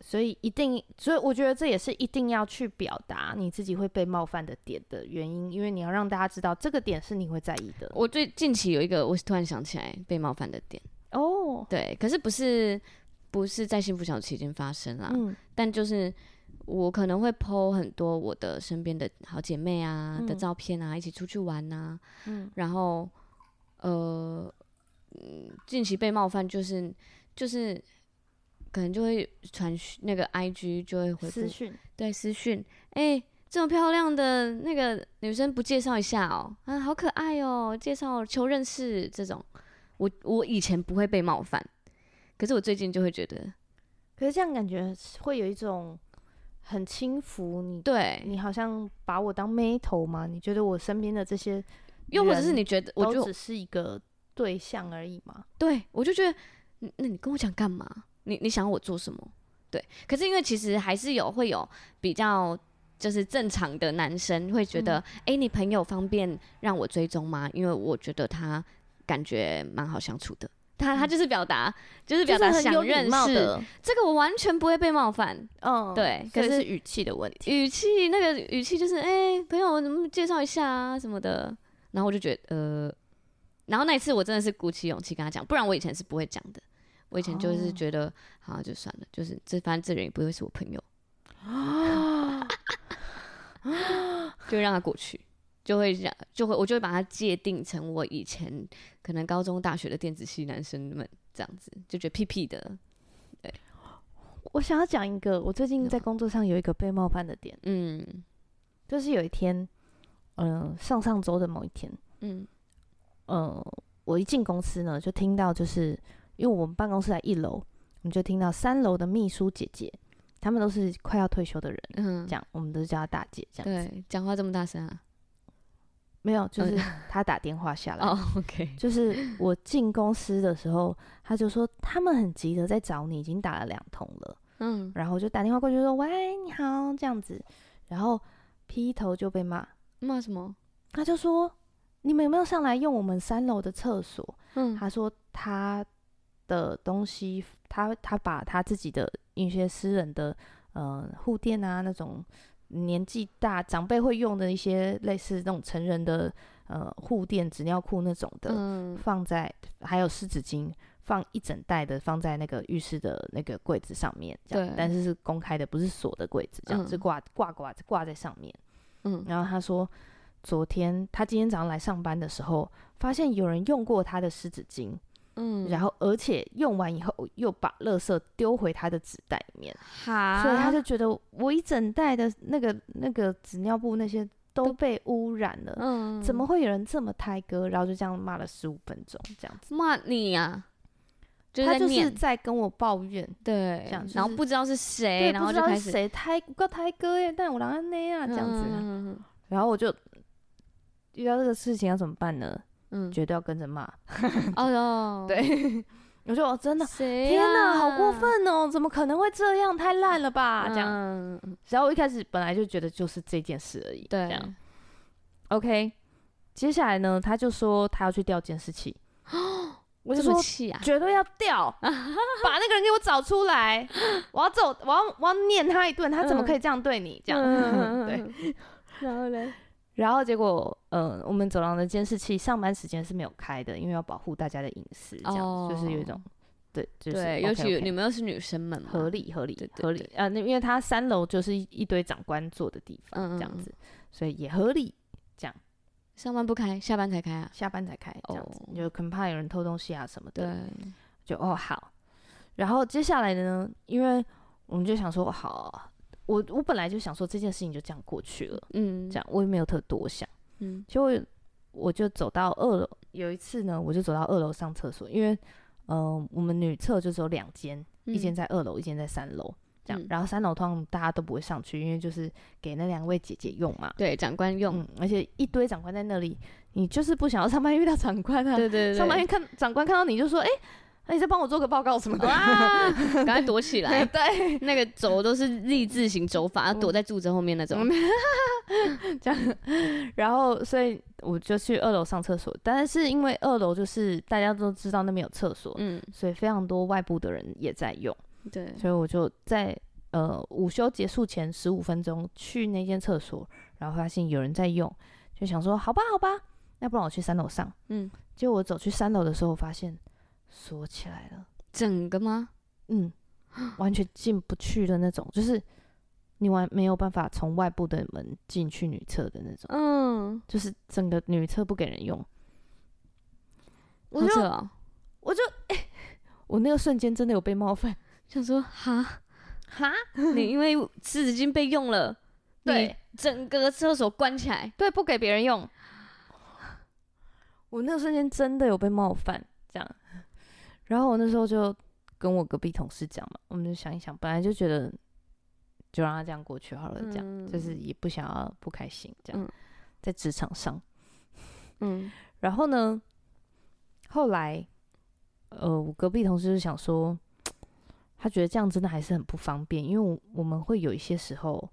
[SPEAKER 2] 所以一定，所以我觉得这也是一定要去表达你自己会被冒犯的点的原因，因为你要让大家知道这个点是你会在意的。
[SPEAKER 3] 我最近期有一个，我突然想起来被冒犯的点，
[SPEAKER 2] 哦，
[SPEAKER 3] 对，可是不是不是在幸福小期间发生啦，
[SPEAKER 2] 嗯
[SPEAKER 3] 但就是我可能会 PO 很多我的身边的好姐妹啊、的
[SPEAKER 2] 嗯
[SPEAKER 3] 照片啊，一起出去玩啊，
[SPEAKER 2] 嗯
[SPEAKER 3] 然后呃，嗯，近期被冒犯就是就是可能就会传讯那个 IG 就会回复
[SPEAKER 2] 私讯，
[SPEAKER 3] 对私讯，哎、这么漂亮的那个女生不介绍一下哦、啊，好可爱哦、介绍求认识这种，我我以前不会被冒犯，可是我最近就会觉得，
[SPEAKER 2] 可是这样感觉会有一种很轻浮你。
[SPEAKER 3] 对，
[SPEAKER 2] 你好像把我当妹头吗？你觉得我身边的这些
[SPEAKER 3] 又或者是
[SPEAKER 2] 人
[SPEAKER 3] 你觉得，我
[SPEAKER 2] 都
[SPEAKER 3] 就
[SPEAKER 2] 只是一个对象而已吗？
[SPEAKER 3] 对我就觉得，嗯那你跟我讲干嘛？你你想要我做什么？对，可是因为其实还是有会有比较就是正常的男生会觉
[SPEAKER 2] 嗯
[SPEAKER 3] 得，哎、你朋友方便让我追踪吗？因为我觉得他感觉蛮好相处的。他他就是表达，就是
[SPEAKER 2] 嗯
[SPEAKER 3] 表
[SPEAKER 2] 就是
[SPEAKER 3] 达
[SPEAKER 2] 很有
[SPEAKER 3] 想
[SPEAKER 2] 礼
[SPEAKER 3] 认
[SPEAKER 2] 貌
[SPEAKER 3] 识，
[SPEAKER 2] 的，
[SPEAKER 3] 这个我完全不会被冒犯。
[SPEAKER 2] 嗯，
[SPEAKER 3] 对
[SPEAKER 2] 所以
[SPEAKER 3] 可是
[SPEAKER 2] 是语气的问题。
[SPEAKER 3] 语气那个语气就是，哎、朋友，怎么介绍一下啊什么的。然后我就觉得，呃，然后那一次我真的是鼓起勇气跟他讲，不然我以前是不会讲的。我以前就是
[SPEAKER 2] 哦
[SPEAKER 3] 觉得，好、就算了，就是这反正这人也不会是我朋友，
[SPEAKER 2] 啊，
[SPEAKER 3] 就让他过去，就会让就会我就会把他界定成我以前可能高中、大学的电子系男生们这样子，就觉得屁屁的，
[SPEAKER 2] 我想要讲一个，我最近在工作上有一个被冒犯的点，
[SPEAKER 3] 嗯
[SPEAKER 2] 就是有一天，嗯、上上周的某一天，
[SPEAKER 3] 嗯
[SPEAKER 2] 嗯，我一进公司呢，就听到就是因为我们办公室在一楼，我们就听到三楼的秘书姐姐，她们都是快要退休的人，
[SPEAKER 3] 嗯
[SPEAKER 2] 这，样我们都叫她大姐，这样子
[SPEAKER 3] 对，讲话这么大声啊，
[SPEAKER 2] 没有，就是
[SPEAKER 3] 嗯
[SPEAKER 2] 她打电话下来，
[SPEAKER 3] 哦，OK，
[SPEAKER 2] 就是我进公司的时候，她就说他们很急的在找你，已经打了两通了。
[SPEAKER 3] 嗯
[SPEAKER 2] 然后我就打电话过去说：“喂，你好，这样子。”然后劈头就被骂，
[SPEAKER 3] 骂什么？
[SPEAKER 2] 他就说：“你们有没有上来用我们三楼的厕所？”
[SPEAKER 3] 嗯
[SPEAKER 2] 他说他的东西，他他把他自己的一些私人的呃护垫啊那种年纪大长辈会用的一些类似那种成人的呃护垫、纸尿裤那种的，
[SPEAKER 3] 嗯
[SPEAKER 2] 放在还有湿纸巾放一整袋的放在那个浴室的那个柜子上面，这样
[SPEAKER 3] 对，
[SPEAKER 2] 但是是公开的，不是锁的柜子，这样、
[SPEAKER 3] 嗯
[SPEAKER 2] 是挂挂挂挂在上面。
[SPEAKER 3] 嗯
[SPEAKER 2] 然后他说，昨天他今天早上来上班的时候，发现有人用过他的湿纸巾，
[SPEAKER 3] 嗯，
[SPEAKER 2] 然后而且用完以后又把垃圾丢回他的纸袋里面，
[SPEAKER 3] 好，
[SPEAKER 2] 所以他就觉得我一整袋的那个那个纸尿布那些都
[SPEAKER 3] 都
[SPEAKER 2] 被污染了，
[SPEAKER 3] 嗯
[SPEAKER 2] 怎么会有人这么胎哥？然后就这样骂了十五分钟，这样子，
[SPEAKER 3] 骂你呀？就是
[SPEAKER 2] 他
[SPEAKER 3] 在
[SPEAKER 2] 就是
[SPEAKER 3] 念
[SPEAKER 2] 在跟我抱怨，
[SPEAKER 3] 对
[SPEAKER 2] 这样就，
[SPEAKER 3] 然后
[SPEAKER 2] 是
[SPEAKER 3] 不知道是谁，
[SPEAKER 2] 对，
[SPEAKER 3] 哎然
[SPEAKER 2] 不
[SPEAKER 3] 后
[SPEAKER 2] 知
[SPEAKER 3] 就
[SPEAKER 2] 道
[SPEAKER 3] 开
[SPEAKER 2] 是
[SPEAKER 3] 始
[SPEAKER 2] 谁胎够胎哥耶，但我让他那样这样子，
[SPEAKER 3] 嗯
[SPEAKER 2] 然后我就遇到这个事情要怎么办呢？
[SPEAKER 3] 嗯，
[SPEAKER 2] 绝对要跟着骂，
[SPEAKER 3] 哦哟，
[SPEAKER 2] 对，我就哦真的。
[SPEAKER 3] 哎谁呀，
[SPEAKER 2] 天
[SPEAKER 3] 啊
[SPEAKER 2] 哪，好过分哦！怎么可能会这样？太烂了吧！这样，
[SPEAKER 3] 嗯，
[SPEAKER 2] 然后我一开始本来就觉得就是这件事而已，这
[SPEAKER 3] 对，
[SPEAKER 2] 样 OK，接下来呢，他就说他要去调监视器，我就
[SPEAKER 3] 这么
[SPEAKER 2] 说
[SPEAKER 3] 气啊，
[SPEAKER 2] 绝对要 调，把那个人给我找出来，我要揍，我要我要念他一顿，他怎么可
[SPEAKER 3] 嗯
[SPEAKER 2] 以这样对 你？这样、 对。
[SPEAKER 3] 对，嗯 然后嘞，
[SPEAKER 2] 然后结果，呃，我们走廊的监视器上班时间是没有开的，因为要保护大家的隐私，这样、
[SPEAKER 3] 哦
[SPEAKER 2] 就是有一种，对，就是
[SPEAKER 3] 对，
[SPEAKER 2] o
[SPEAKER 3] 尤其你们又是女生们嘛，
[SPEAKER 2] 合理合理
[SPEAKER 3] 对对
[SPEAKER 2] 合理啊，那因为他三楼就是一一堆长官坐的地方，
[SPEAKER 3] 嗯嗯
[SPEAKER 2] 这样
[SPEAKER 3] 嗯
[SPEAKER 2] 子，所以也合理。
[SPEAKER 3] 上班不开，下班才开啊。
[SPEAKER 2] 下班才开，这样子、
[SPEAKER 3] 哦
[SPEAKER 2] 就很怕有人偷东西啊什么的。
[SPEAKER 3] 对，
[SPEAKER 2] 就哦好，然后接下来的呢，因为我们就想说哦好，我我本来就想说这件事情就这样过去了，
[SPEAKER 3] 嗯，
[SPEAKER 2] 这样我也没有特多想，
[SPEAKER 3] 嗯，
[SPEAKER 2] 结果我就走到二楼，有一次呢，我就走到二楼上厕所，因为嗯、呃我们女厕就只有两间，
[SPEAKER 3] 嗯
[SPEAKER 2] 一间在二楼，一间在三楼。这样
[SPEAKER 3] 嗯，
[SPEAKER 2] 然后三楼通常大家都不会上去，因为就是给那两位姐姐用嘛。
[SPEAKER 3] 对长官用，
[SPEAKER 2] 嗯，而且一堆长官在那里，你就是不想要上班遇到长官啊。
[SPEAKER 3] 对对对，
[SPEAKER 2] 上班看长官看到你就说：“哎、那你再帮我做个报告什么的。
[SPEAKER 3] 哇， 赶快躲起来。
[SPEAKER 2] 对，
[SPEAKER 3] 那个轴都是立字形轴法，躲在柱子后面那种。
[SPEAKER 2] 这样。然后，所以我就去二楼上厕所，但是因为二楼就是大家都知道那边有厕所，
[SPEAKER 3] 嗯，
[SPEAKER 2] 所以非常多外部的人也在用，
[SPEAKER 3] 对，
[SPEAKER 2] 所以我就在呃午休结束前十五分钟去那间厕所，然后发现有人在用，就想说好吧好吧，要不然我去三楼上。
[SPEAKER 3] 嗯，
[SPEAKER 2] 结果我走去三楼的时候，发现锁起来了。
[SPEAKER 3] 整个吗？
[SPEAKER 2] 嗯，完全进不去的那种，就是你完没有办法从外部的门进去女厕的那种，
[SPEAKER 3] 嗯，
[SPEAKER 2] 就是整个女厕不给人用。我
[SPEAKER 3] 好
[SPEAKER 2] 就
[SPEAKER 3] 扯哦。
[SPEAKER 2] 我就、 我那个瞬间真的有被冒犯，
[SPEAKER 3] 想说哈，
[SPEAKER 2] 哈，
[SPEAKER 3] 你因为湿纸巾被用了，
[SPEAKER 2] 对，
[SPEAKER 3] 你整个厕所关起来，
[SPEAKER 2] 对，不给别人用。我那个瞬间真的有被冒犯，这样。然后我那时候就跟我隔壁同事讲嘛，我们就想一想，本来就觉得就让他这样过去好了，这样、
[SPEAKER 3] 嗯
[SPEAKER 2] 就是也不想要不开心，这样、
[SPEAKER 3] 嗯
[SPEAKER 2] 在职场上。
[SPEAKER 3] 嗯，
[SPEAKER 2] 然后呢，后来，呃，我隔壁同事就想说，他觉得这样真的还是很不方便，因为我我们会有一些时候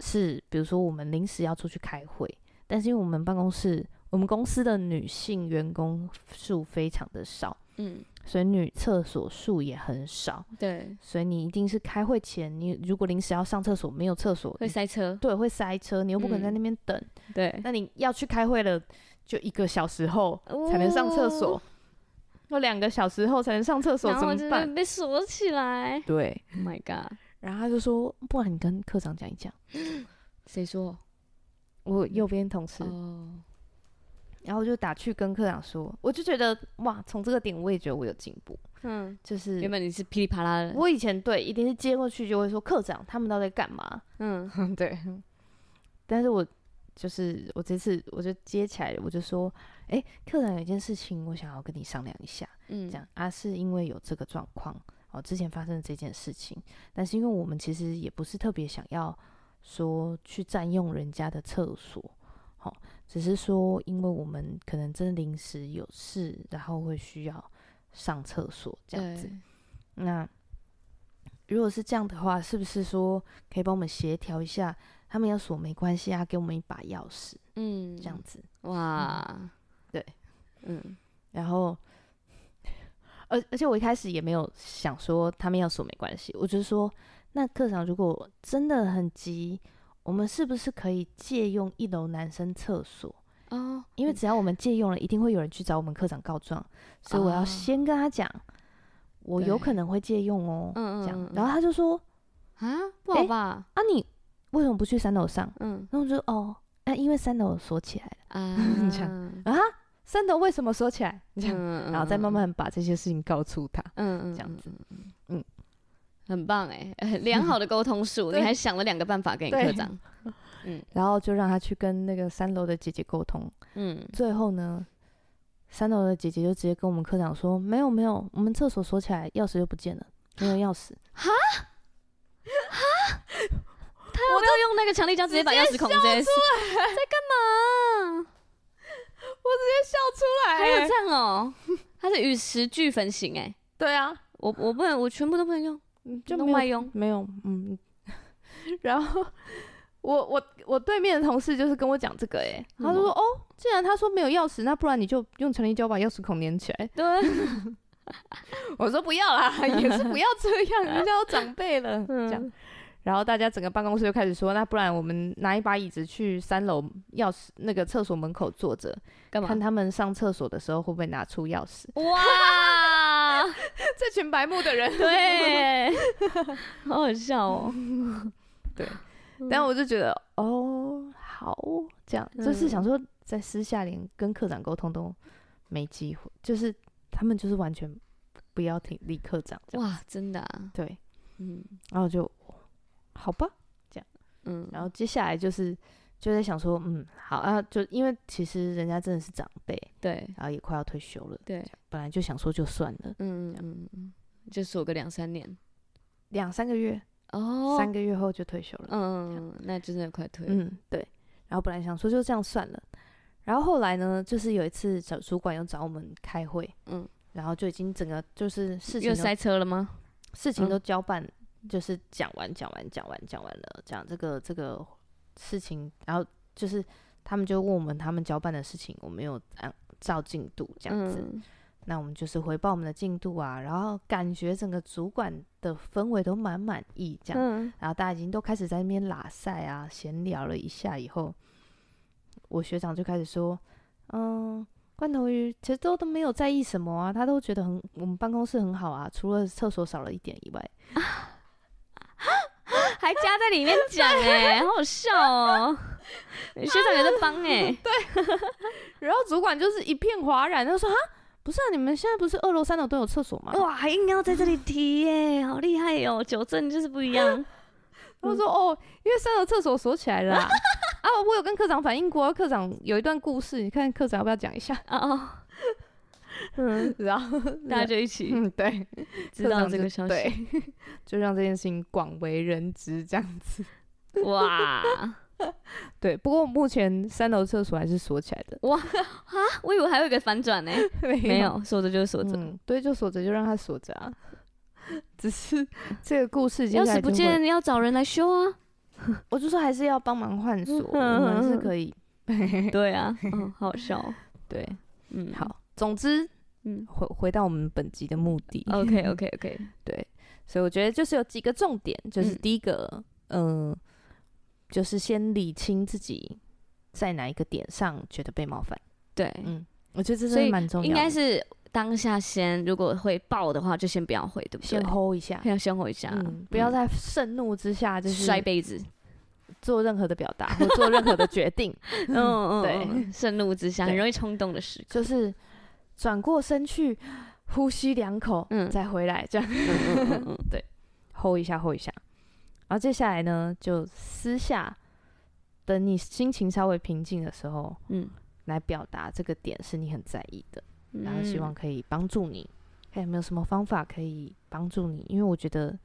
[SPEAKER 2] 是，比如说我们临时要出去开会，但是因为我们办公室，我们公司的女性员工数非常的少，
[SPEAKER 3] 嗯，
[SPEAKER 2] 所以女厕所数也很少，
[SPEAKER 3] 对，
[SPEAKER 2] 所以你一定是开会前，你如果临时要上厕所，没有厕所，
[SPEAKER 3] 会
[SPEAKER 2] 你
[SPEAKER 3] 塞车，
[SPEAKER 2] 对，会塞车，你又不可能在
[SPEAKER 3] 嗯
[SPEAKER 2] 那边等，
[SPEAKER 3] 对，
[SPEAKER 2] 那你要去开会了，就一个小时后才能上厕所
[SPEAKER 3] 哦，，
[SPEAKER 2] 要两个小时后才能上厕所，
[SPEAKER 3] 然
[SPEAKER 2] 怎
[SPEAKER 3] 后
[SPEAKER 2] 么
[SPEAKER 3] 就
[SPEAKER 2] 办？
[SPEAKER 3] 被锁起来。
[SPEAKER 2] 对，
[SPEAKER 3] Oh my god，
[SPEAKER 2] 然后他就说，不然你跟科长讲一讲。
[SPEAKER 3] 谁说？
[SPEAKER 2] 我右边同事，
[SPEAKER 3] 哦，
[SPEAKER 2] 然后我就打去跟科长说，我就觉得哇，从这个点我也觉得我有进步，
[SPEAKER 3] 嗯，
[SPEAKER 2] 就是
[SPEAKER 3] 原本你是噼里啪啦的，
[SPEAKER 2] 我以前对一定是接过去就会说科长他们到底在干嘛，
[SPEAKER 3] 嗯，
[SPEAKER 2] 对，但是我就是我这次我就接起来，我就说，哎、科长有一件事情我想要跟你商量一下。
[SPEAKER 3] 嗯，
[SPEAKER 2] 这样啊，是因为有这个状况哦，之前发生的这件事情，但是因为我们其实也不是特别想要说去占用人家的厕所，好、只是说因为我们可能真的临时有事，然后会需要上厕所这样子
[SPEAKER 3] 对。，
[SPEAKER 2] 那如果是这样的话，是不是说可以帮我们协调一下？他们要锁没关系啊，给我们一把钥匙
[SPEAKER 3] 嗯，
[SPEAKER 2] 这样子。
[SPEAKER 3] 哇，
[SPEAKER 2] 对，
[SPEAKER 3] 嗯，
[SPEAKER 2] 然后，而而且我一开始也没有想说他们要锁没关系，我就说，那课长如果真的很急，我们是不是可以借用一楼男生厕所？
[SPEAKER 3] 哦，
[SPEAKER 2] 因为只要我们借用了，一定会有人去找我们科长告状，所以我要
[SPEAKER 3] 哦
[SPEAKER 2] 先跟他讲，我有
[SPEAKER 3] 对
[SPEAKER 2] 可能会借用哦，
[SPEAKER 3] 嗯
[SPEAKER 2] 这
[SPEAKER 3] 嗯
[SPEAKER 2] 样
[SPEAKER 3] 嗯。嗯
[SPEAKER 2] 然后他就说，
[SPEAKER 3] 啊，不
[SPEAKER 2] 诶
[SPEAKER 3] 好吧？
[SPEAKER 2] 啊你为什么不去三楼上？
[SPEAKER 3] 嗯
[SPEAKER 2] 然后我就哦，那、因为三楼有锁起来了
[SPEAKER 3] 啊，
[SPEAKER 2] 这样啊，三头为什么锁起来？这样，
[SPEAKER 3] 嗯
[SPEAKER 2] 然后再慢，慢把这些事情告诉他。
[SPEAKER 3] 嗯嗯，
[SPEAKER 2] 这样子，
[SPEAKER 3] 嗯
[SPEAKER 2] 嗯，
[SPEAKER 3] 很棒哎， 呃良好的沟通术，你
[SPEAKER 2] 对
[SPEAKER 3] 还想了两个办法给你
[SPEAKER 2] 对
[SPEAKER 3] 科长，
[SPEAKER 2] 然后就让他去跟那个三楼的姐姐沟通。
[SPEAKER 3] 嗯，
[SPEAKER 2] 最后呢，三楼的姐姐就直接跟我们科长说：“没有没有，我们厕所锁起来，钥匙就不见了，没有钥匙。
[SPEAKER 3] 他要不要用那个强力胶直接把钥匙孔直接撕？在干嘛？”
[SPEAKER 2] 我直接笑出来
[SPEAKER 3] 还有这样哦，它是与时俱焚型哎，
[SPEAKER 2] 对啊，
[SPEAKER 3] 我我不能，我全部都不能用，
[SPEAKER 2] 嗯就
[SPEAKER 3] 就
[SPEAKER 2] 没有
[SPEAKER 3] 外用，
[SPEAKER 2] 没有，嗯。 然后我我我对面的同事就是跟我讲这个、欸，他就说、哦，既然他说没有钥匙，那不然你就用强力胶把钥匙孔粘起来。
[SPEAKER 3] 对，
[SPEAKER 2] 我说不要啦， 也是不要这样，人家都长辈了，
[SPEAKER 3] 嗯
[SPEAKER 2] 这样。然后大家整个办公室就开始说，那不然我们拿一把椅子去三楼钥匙那个厕所门口坐着，
[SPEAKER 3] 干嘛
[SPEAKER 2] 看？他们上厕所的时候会不会拿出钥 匙。
[SPEAKER 3] 哇，
[SPEAKER 2] 这群白目的人，
[SPEAKER 3] 对，好好笑哦，
[SPEAKER 2] 但我就觉得哦，好，这样就是
[SPEAKER 3] 嗯嗯
[SPEAKER 2] 想说，在私下连跟科长沟通都没机会，就是他们就是完全不要听理科长这样。
[SPEAKER 3] 哇，真的啊，
[SPEAKER 2] 对，
[SPEAKER 3] 嗯
[SPEAKER 2] 然后就哦好吧，
[SPEAKER 3] 嗯，
[SPEAKER 2] 然后接下来就是就在想说，嗯，好啊，就因为其实人家真的是长辈，
[SPEAKER 3] 对
[SPEAKER 2] 然后也快要退休了，
[SPEAKER 3] 对，
[SPEAKER 2] 本来就想说就算了，
[SPEAKER 3] 嗯嗯嗯，就锁个两三年
[SPEAKER 2] 两三个月，
[SPEAKER 3] 哦，
[SPEAKER 2] 三个月后就退休了。
[SPEAKER 3] 嗯，嗯，那真的快退了，
[SPEAKER 2] 嗯，对。然后本来想说就这样算了，然后后来呢，就是有一次小主管又找我们开会，
[SPEAKER 3] 嗯，
[SPEAKER 2] 然后就已经整个就是事情
[SPEAKER 3] 又
[SPEAKER 2] 都
[SPEAKER 3] 塞车了吗？
[SPEAKER 2] 事情
[SPEAKER 3] 嗯
[SPEAKER 2] 都交办，就是讲完讲完讲完讲完了，讲这个这个事情，然后就是他们就问我们他们交办的事情，我们有按照进度这样子，
[SPEAKER 3] 嗯
[SPEAKER 2] 那我们就是回报我们的进度啊，然后感觉整个主管的氛围都蛮满意这样，
[SPEAKER 3] 嗯，
[SPEAKER 2] 然后大家已经都开始在那边拉塞啊，闲聊了一下以后，我学长就开始说：“嗯，罐头鱼其实都都没有在意什么啊，他都觉得很我们办公室很好啊，除了厕所少了一点以外。
[SPEAKER 3] 还加在里面讲哎，好好笑哦，学长也在帮哎，”
[SPEAKER 2] 然后主管就是一片哗然，他说：“啊，不是啊，你们现在不是二楼、三楼都有厕所吗？”
[SPEAKER 3] 哇，还硬要在这里提耶，好厉害哦！纠正就是不一样，嗯
[SPEAKER 2] 他说：“哦，因为三楼厕所锁起来 了啊。”啊，我有跟科长反映过，科长有一段故事，你看科长要不要讲一下？
[SPEAKER 3] 哦哦，嗯，
[SPEAKER 2] 然后
[SPEAKER 3] 大家就一起
[SPEAKER 2] 嗯，对，
[SPEAKER 3] 知道这个消息，
[SPEAKER 2] 对， 就让这件事情广为人知，这样子。
[SPEAKER 3] 哇
[SPEAKER 2] 对，不过目前三楼厕所还是锁起来的，
[SPEAKER 3] 哇啊！我以为还有一个反转呢，没有，锁着就是锁着，
[SPEAKER 2] 嗯，对，就锁着，就让它锁着啊。只是这个故事接
[SPEAKER 3] 钥
[SPEAKER 2] 下来
[SPEAKER 3] 匙不
[SPEAKER 2] 就会，
[SPEAKER 3] 见要找人来修啊，
[SPEAKER 2] 我就说还是要帮忙换锁，
[SPEAKER 3] 嗯
[SPEAKER 2] 我们是可以。
[SPEAKER 3] 对啊，嗯，好好笑哦，
[SPEAKER 2] 对，
[SPEAKER 3] 嗯，
[SPEAKER 2] 好，总之
[SPEAKER 3] 嗯
[SPEAKER 2] 回回到我们本集的目的，
[SPEAKER 3] ，OK OK OK，
[SPEAKER 2] 对，所以我觉得就是有几个重点，就是
[SPEAKER 3] 嗯
[SPEAKER 2] 第一个，嗯、就是先理清自己在哪一个点上觉得被冒犯。
[SPEAKER 3] 对，
[SPEAKER 2] 嗯，我觉得这
[SPEAKER 3] 所
[SPEAKER 2] 真
[SPEAKER 3] 以
[SPEAKER 2] 的蛮重要的，
[SPEAKER 3] 应该是当下先，如果会爆的话，就先不要回，对不对
[SPEAKER 2] 先？hold 一下，
[SPEAKER 3] 要先吼一下
[SPEAKER 2] 嗯，，不要在盛怒之下就
[SPEAKER 3] 嗯
[SPEAKER 2] 是
[SPEAKER 3] 摔 杯子，
[SPEAKER 2] 做任何的表达 或做任何的决定，
[SPEAKER 3] 嗯嗯，
[SPEAKER 2] 对
[SPEAKER 3] 对，盛怒之下
[SPEAKER 2] 对
[SPEAKER 3] 很容易冲动的时刻，
[SPEAKER 2] 就是转过身去呼吸两口，
[SPEAKER 3] 嗯
[SPEAKER 2] 再回来这样
[SPEAKER 3] 嗯嗯嗯嗯
[SPEAKER 2] hold 一下 hold 一下。然后接下来呢，就私下等你心情稍微平静的时候，
[SPEAKER 3] 嗯
[SPEAKER 2] 来表达这个点是你很在意的，
[SPEAKER 3] 嗯，
[SPEAKER 2] 然后希望可以帮助你，看有没有什么方法可以帮助你，因为我觉得。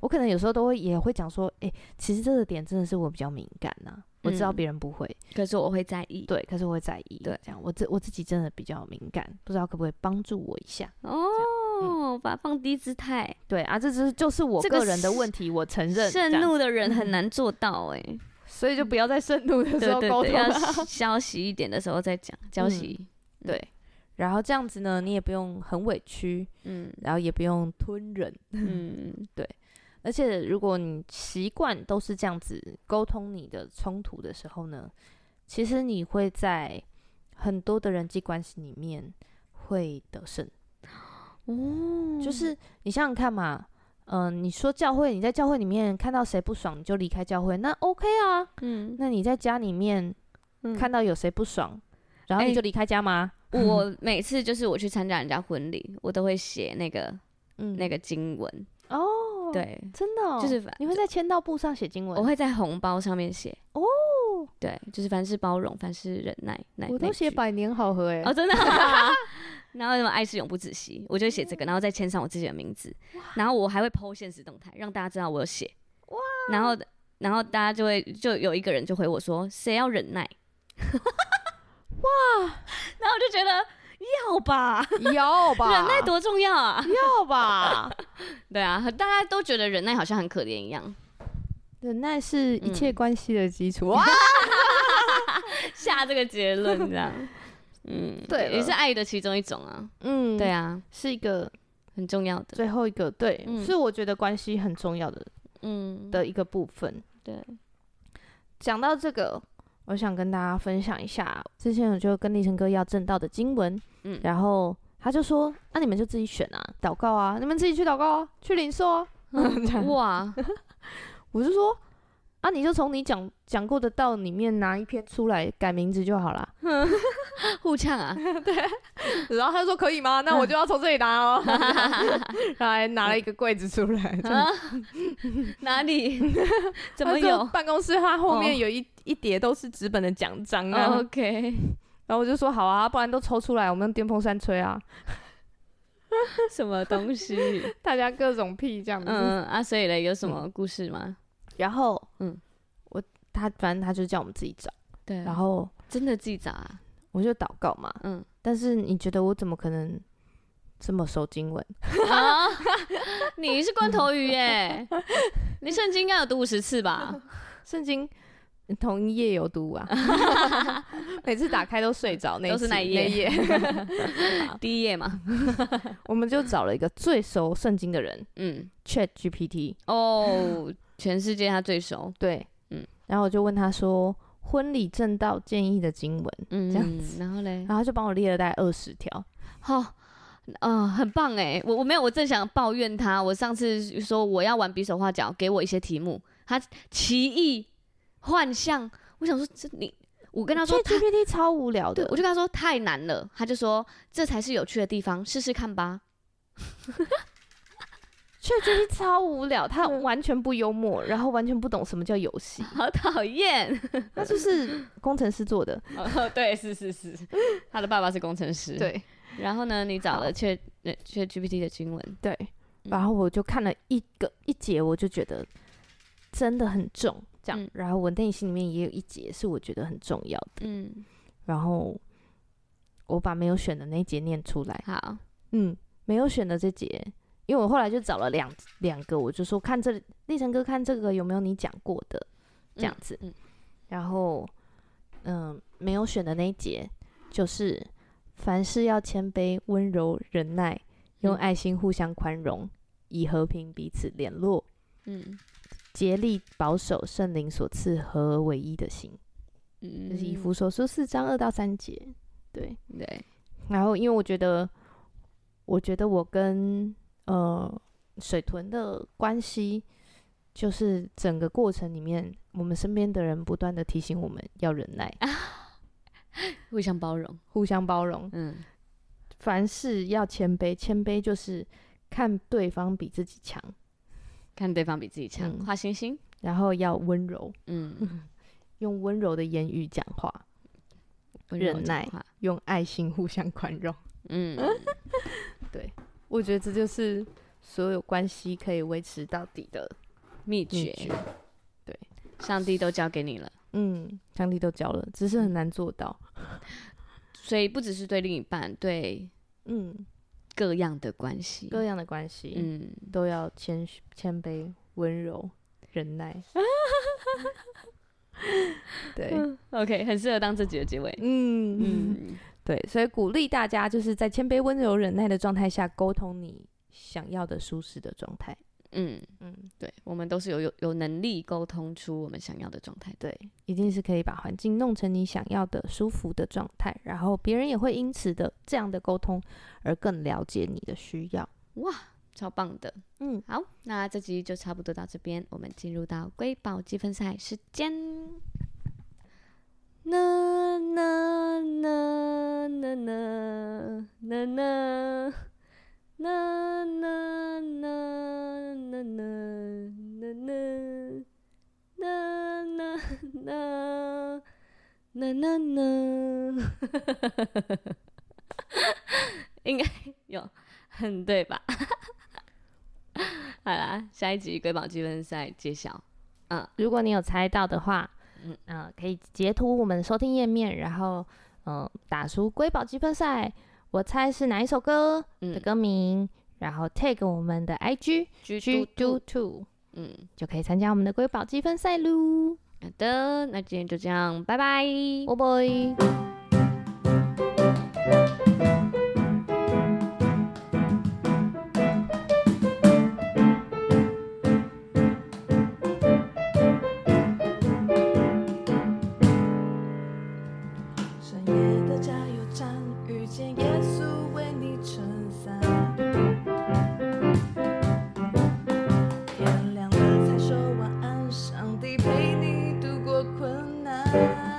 [SPEAKER 2] 我可能有时候都会也会讲说，哎、其实这个点真的是我比较敏感呐、我知道
[SPEAKER 3] 嗯
[SPEAKER 2] 别人不会，
[SPEAKER 3] 可是我会在意。
[SPEAKER 2] 对，可是我会在意。
[SPEAKER 3] 对
[SPEAKER 2] 这样我自我自己真的比较敏感，不知道可不可以帮助我一下？
[SPEAKER 3] 哦，把它放低姿态，
[SPEAKER 2] 对啊，这只就是我
[SPEAKER 3] 这个
[SPEAKER 2] 个人的
[SPEAKER 3] 是
[SPEAKER 2] 问题，我承认。这
[SPEAKER 3] 盛
[SPEAKER 2] 样，
[SPEAKER 3] 怒的人很难做到 哎、
[SPEAKER 2] 所以就不要在盛怒的
[SPEAKER 3] 对
[SPEAKER 2] 时候
[SPEAKER 3] 对
[SPEAKER 2] 沟
[SPEAKER 3] 对，
[SPEAKER 2] 通啊嗯
[SPEAKER 3] 要
[SPEAKER 2] 了。
[SPEAKER 3] 消息一点的时候 再讲，消息，
[SPEAKER 2] 对，然后这样子呢，你也不用很委屈，
[SPEAKER 3] 嗯
[SPEAKER 2] 然后也不用吞忍。
[SPEAKER 3] 嗯
[SPEAKER 2] 而且如果你习惯都是这样子沟通你的冲突的时候呢，其实你会在很多的人际关系里面会得胜。
[SPEAKER 3] 哦，
[SPEAKER 2] 就是你想想看嘛，嗯、你说教会，你在教会里面看到谁不爽，你就离开教会，那 OK 啊。
[SPEAKER 3] 嗯，
[SPEAKER 2] 那你在家里面
[SPEAKER 3] 嗯
[SPEAKER 2] 看到有谁不爽，然后
[SPEAKER 3] 哎
[SPEAKER 2] 你就离开家吗？嗯
[SPEAKER 3] 我每次就是我去参加人家婚礼，我都会写那个
[SPEAKER 2] 嗯
[SPEAKER 3] 那个经文，
[SPEAKER 2] 哦，，
[SPEAKER 3] 对，
[SPEAKER 2] 真的、哦，
[SPEAKER 3] 就是反
[SPEAKER 2] 你会在签到簿上写经文，
[SPEAKER 3] 我会在红包上面写，
[SPEAKER 2] 哦，
[SPEAKER 3] 对，就是凡事包容，凡事忍耐，那
[SPEAKER 2] 我都
[SPEAKER 3] 那
[SPEAKER 2] 写
[SPEAKER 3] 句
[SPEAKER 2] 百年好 合哎、
[SPEAKER 3] 哦，真的、啊。然后什么爱是永不止息，我就写这个，然后再签上我自己的名字，然后我还会 PO 现实动态，让大家知道我有写。哇！然后，然后大家就会就有一个人就回我说：“谁要忍耐？”哇！ 然后我就觉得要吧，
[SPEAKER 2] 要吧，
[SPEAKER 3] 忍耐多重要 啊！
[SPEAKER 2] 要 吧，
[SPEAKER 3] 对啊，大家都觉得忍耐好像很可怜 一样。
[SPEAKER 2] 忍耐是一切
[SPEAKER 3] 嗯
[SPEAKER 2] 关系的基 础、哇，
[SPEAKER 3] 下这个结论这样，嗯，
[SPEAKER 2] 对
[SPEAKER 3] 也
[SPEAKER 2] 了
[SPEAKER 3] 是爱的其中一种啊。
[SPEAKER 2] 嗯，
[SPEAKER 3] 对，啊，
[SPEAKER 2] 是一个
[SPEAKER 3] 很重要的。
[SPEAKER 2] 最后一个，对，
[SPEAKER 3] 嗯
[SPEAKER 2] 是我觉得关系很重要的
[SPEAKER 3] 嗯，
[SPEAKER 2] 的一个部分。
[SPEAKER 3] 对，
[SPEAKER 2] 讲到这个，我想跟大家分享一下，之前我就跟立成哥要正道的经文，
[SPEAKER 3] 嗯
[SPEAKER 2] 然后他就说：“那、你们就自己选啊，祷告啊，你们自己去祷告啊，去领受啊。 这样
[SPEAKER 3] 哇，
[SPEAKER 2] 我就说：“啊，你就从你讲讲过的道里面拿一篇出来改名字就好啦。
[SPEAKER 3] 互呛啊！
[SPEAKER 2] 然后他说：“可以吗？那我就要从这里拿 哦。”然后还拿了一个柜子出来，这样
[SPEAKER 3] 啊，哪里？怎么
[SPEAKER 2] 他就
[SPEAKER 3] 有
[SPEAKER 2] 办公室他后
[SPEAKER 3] 哦
[SPEAKER 2] 面有一、一叠都是纸本的奖章啊。
[SPEAKER 3] ？OK，
[SPEAKER 2] 然后我就说好啊，不然都抽出来，我们用电风扇吹啊，
[SPEAKER 3] 什么 东西？
[SPEAKER 2] 大家各种屁这样子。
[SPEAKER 3] 嗯啊，所以嘞，有什么故事吗？
[SPEAKER 2] 然后，嗯
[SPEAKER 3] 嗯，
[SPEAKER 2] 我他反正他就叫我们自己找，
[SPEAKER 3] 对，
[SPEAKER 2] 然后
[SPEAKER 3] 真的自己找啊。
[SPEAKER 2] 我就祷告嘛。
[SPEAKER 3] 嗯，
[SPEAKER 2] 但是你觉得我怎么可能这么熟经文？
[SPEAKER 3] 啊，你是罐头鱼耶？你圣经应该有读五十次 吧？
[SPEAKER 2] 圣经嗯同一页有读啊， 每次打开都睡着，那
[SPEAKER 3] 都是
[SPEAKER 2] 次
[SPEAKER 3] 那一页
[SPEAKER 2] 页。
[SPEAKER 3] 第一页嘛。
[SPEAKER 2] 我们就找了一个最熟圣经的人
[SPEAKER 3] 嗯，
[SPEAKER 2] ，Chat GPT。
[SPEAKER 3] 哦，全世界他最熟。
[SPEAKER 2] 对，嗯
[SPEAKER 3] 嗯，
[SPEAKER 2] 然后我就问他说婚礼正道建议的经文，
[SPEAKER 3] 嗯，
[SPEAKER 2] 这样子
[SPEAKER 3] 然后嘞
[SPEAKER 2] 然，后他就帮我列了大概二十条。
[SPEAKER 3] 好、呃，很棒哎！我我没有，我正想抱怨他。我上次说我要玩比手画脚，给我一些题目，他奇异幻象，我想说这你，我跟他说
[SPEAKER 2] Chat
[SPEAKER 3] 他，
[SPEAKER 2] GPT 超无聊
[SPEAKER 3] 对
[SPEAKER 2] 的，
[SPEAKER 3] 我就跟他说太难了，他就说这才是有趣的地方，试试看吧。
[SPEAKER 2] Chat GPT 超无聊，他完全不幽默，然后完全不懂什么叫游戏，
[SPEAKER 3] 好讨 厌！
[SPEAKER 2] 他就是工程师做的。
[SPEAKER 3] 哦， 对，是是是，他的爸爸是工程师。，
[SPEAKER 2] 对
[SPEAKER 3] 然后呢，你找
[SPEAKER 2] 好
[SPEAKER 3] 了呃却却 GPT 的经文，
[SPEAKER 2] 对，然后我就看了一个一节，我就觉得真的很重，这样。
[SPEAKER 3] 嗯
[SPEAKER 2] 然后我内心里面也有一节是我觉得很重要的，
[SPEAKER 3] 嗯，
[SPEAKER 2] 然后我把没有选的那一节念出来。
[SPEAKER 3] 好，
[SPEAKER 2] 嗯，没有选的这节，因为我后来就找了两两个，我就说看这立成哥看这个有没有你讲过的这样子，
[SPEAKER 3] 嗯嗯
[SPEAKER 2] 然后嗯、没有选的那一节就是凡事要谦卑、温柔、忍耐，用
[SPEAKER 3] 嗯
[SPEAKER 2] 爱心互相宽容，以和平彼此联络，
[SPEAKER 3] 嗯
[SPEAKER 2] 竭力保守圣灵所赐合而为一的心，
[SPEAKER 3] 嗯，
[SPEAKER 2] 这、是以弗所书四章二到三节，对。
[SPEAKER 3] 对，
[SPEAKER 2] 然后因为我觉得，我觉得我跟呃水豚的关系，就是整个过程里面，我们身边的人不断的提醒我们要忍耐，
[SPEAKER 3] 互相包容，
[SPEAKER 2] 互相包容，
[SPEAKER 3] 嗯
[SPEAKER 2] 凡事要谦卑，谦卑就是看对方比自己强，
[SPEAKER 3] 看对方比自己强，
[SPEAKER 2] 嗯
[SPEAKER 3] 画星星。
[SPEAKER 2] 然后要温柔，
[SPEAKER 3] 嗯，
[SPEAKER 2] 用温柔的言语讲话，
[SPEAKER 3] 温柔
[SPEAKER 2] 忍
[SPEAKER 3] 讲
[SPEAKER 2] 耐
[SPEAKER 3] 话。
[SPEAKER 2] 用爱心互相宽容。
[SPEAKER 3] 嗯，
[SPEAKER 2] 我觉得这就是所有关系可以维持到底的
[SPEAKER 3] 秘
[SPEAKER 2] 秘
[SPEAKER 3] 诀，
[SPEAKER 2] 诀。
[SPEAKER 3] 上帝都交给你了。
[SPEAKER 2] 嗯，上帝都教了，只是很难做到。
[SPEAKER 3] 所以不只是对另一半，对
[SPEAKER 2] 嗯，
[SPEAKER 3] 各样的关系，
[SPEAKER 2] 各样的关系，
[SPEAKER 3] 嗯，
[SPEAKER 2] 都要谦虚谦卑、温柔、忍耐。 对，
[SPEAKER 3] ，OK，很适合当这集的结尾。
[SPEAKER 2] 嗯嗯，
[SPEAKER 3] 嗯，
[SPEAKER 2] 对，所以鼓励大家就是在谦卑、温柔、忍耐的状态下，沟通你想要的舒适的状态。
[SPEAKER 3] 嗯，
[SPEAKER 2] 嗯，
[SPEAKER 3] 对，我们都是有有有能力沟通出我们想要的状态的。
[SPEAKER 2] 对，一定是可以把环境弄成你想要的舒服的状态，然后别人也会因此的这样的沟通而更了解你的需要。
[SPEAKER 3] 哇，超棒的！
[SPEAKER 2] 嗯，
[SPEAKER 3] 好，那这集就差不多到这边，我们进入到瑰宝积分赛时间。呐呐呐呐呐呐呐呐呐呐呐呐呐呐呐呐呐呐呐 呐，应该有很对吧？好啦，下一集瑰宝积分赛揭晓。
[SPEAKER 2] 如果你有猜到的话，嗯
[SPEAKER 3] 嗯、
[SPEAKER 2] 可以截图我们的收听页面，然后嗯、呃打出“瑰宝积分赛”，我猜是哪一首歌的
[SPEAKER 3] 嗯，
[SPEAKER 2] 歌名，然后 tag 我们的 IG
[SPEAKER 3] 居
[SPEAKER 2] G
[SPEAKER 3] 嘟
[SPEAKER 2] do
[SPEAKER 3] 嘟，
[SPEAKER 2] two
[SPEAKER 3] 嗯，
[SPEAKER 2] 就可以参加我们的瑰宝积分赛喽，
[SPEAKER 3] 好的，那今天就这样，拜拜。
[SPEAKER 2] 拜拜。
[SPEAKER 4] 深夜的加油站遇见耶稣为你撑伞，天亮了才说晚安，上帝陪你度过困难。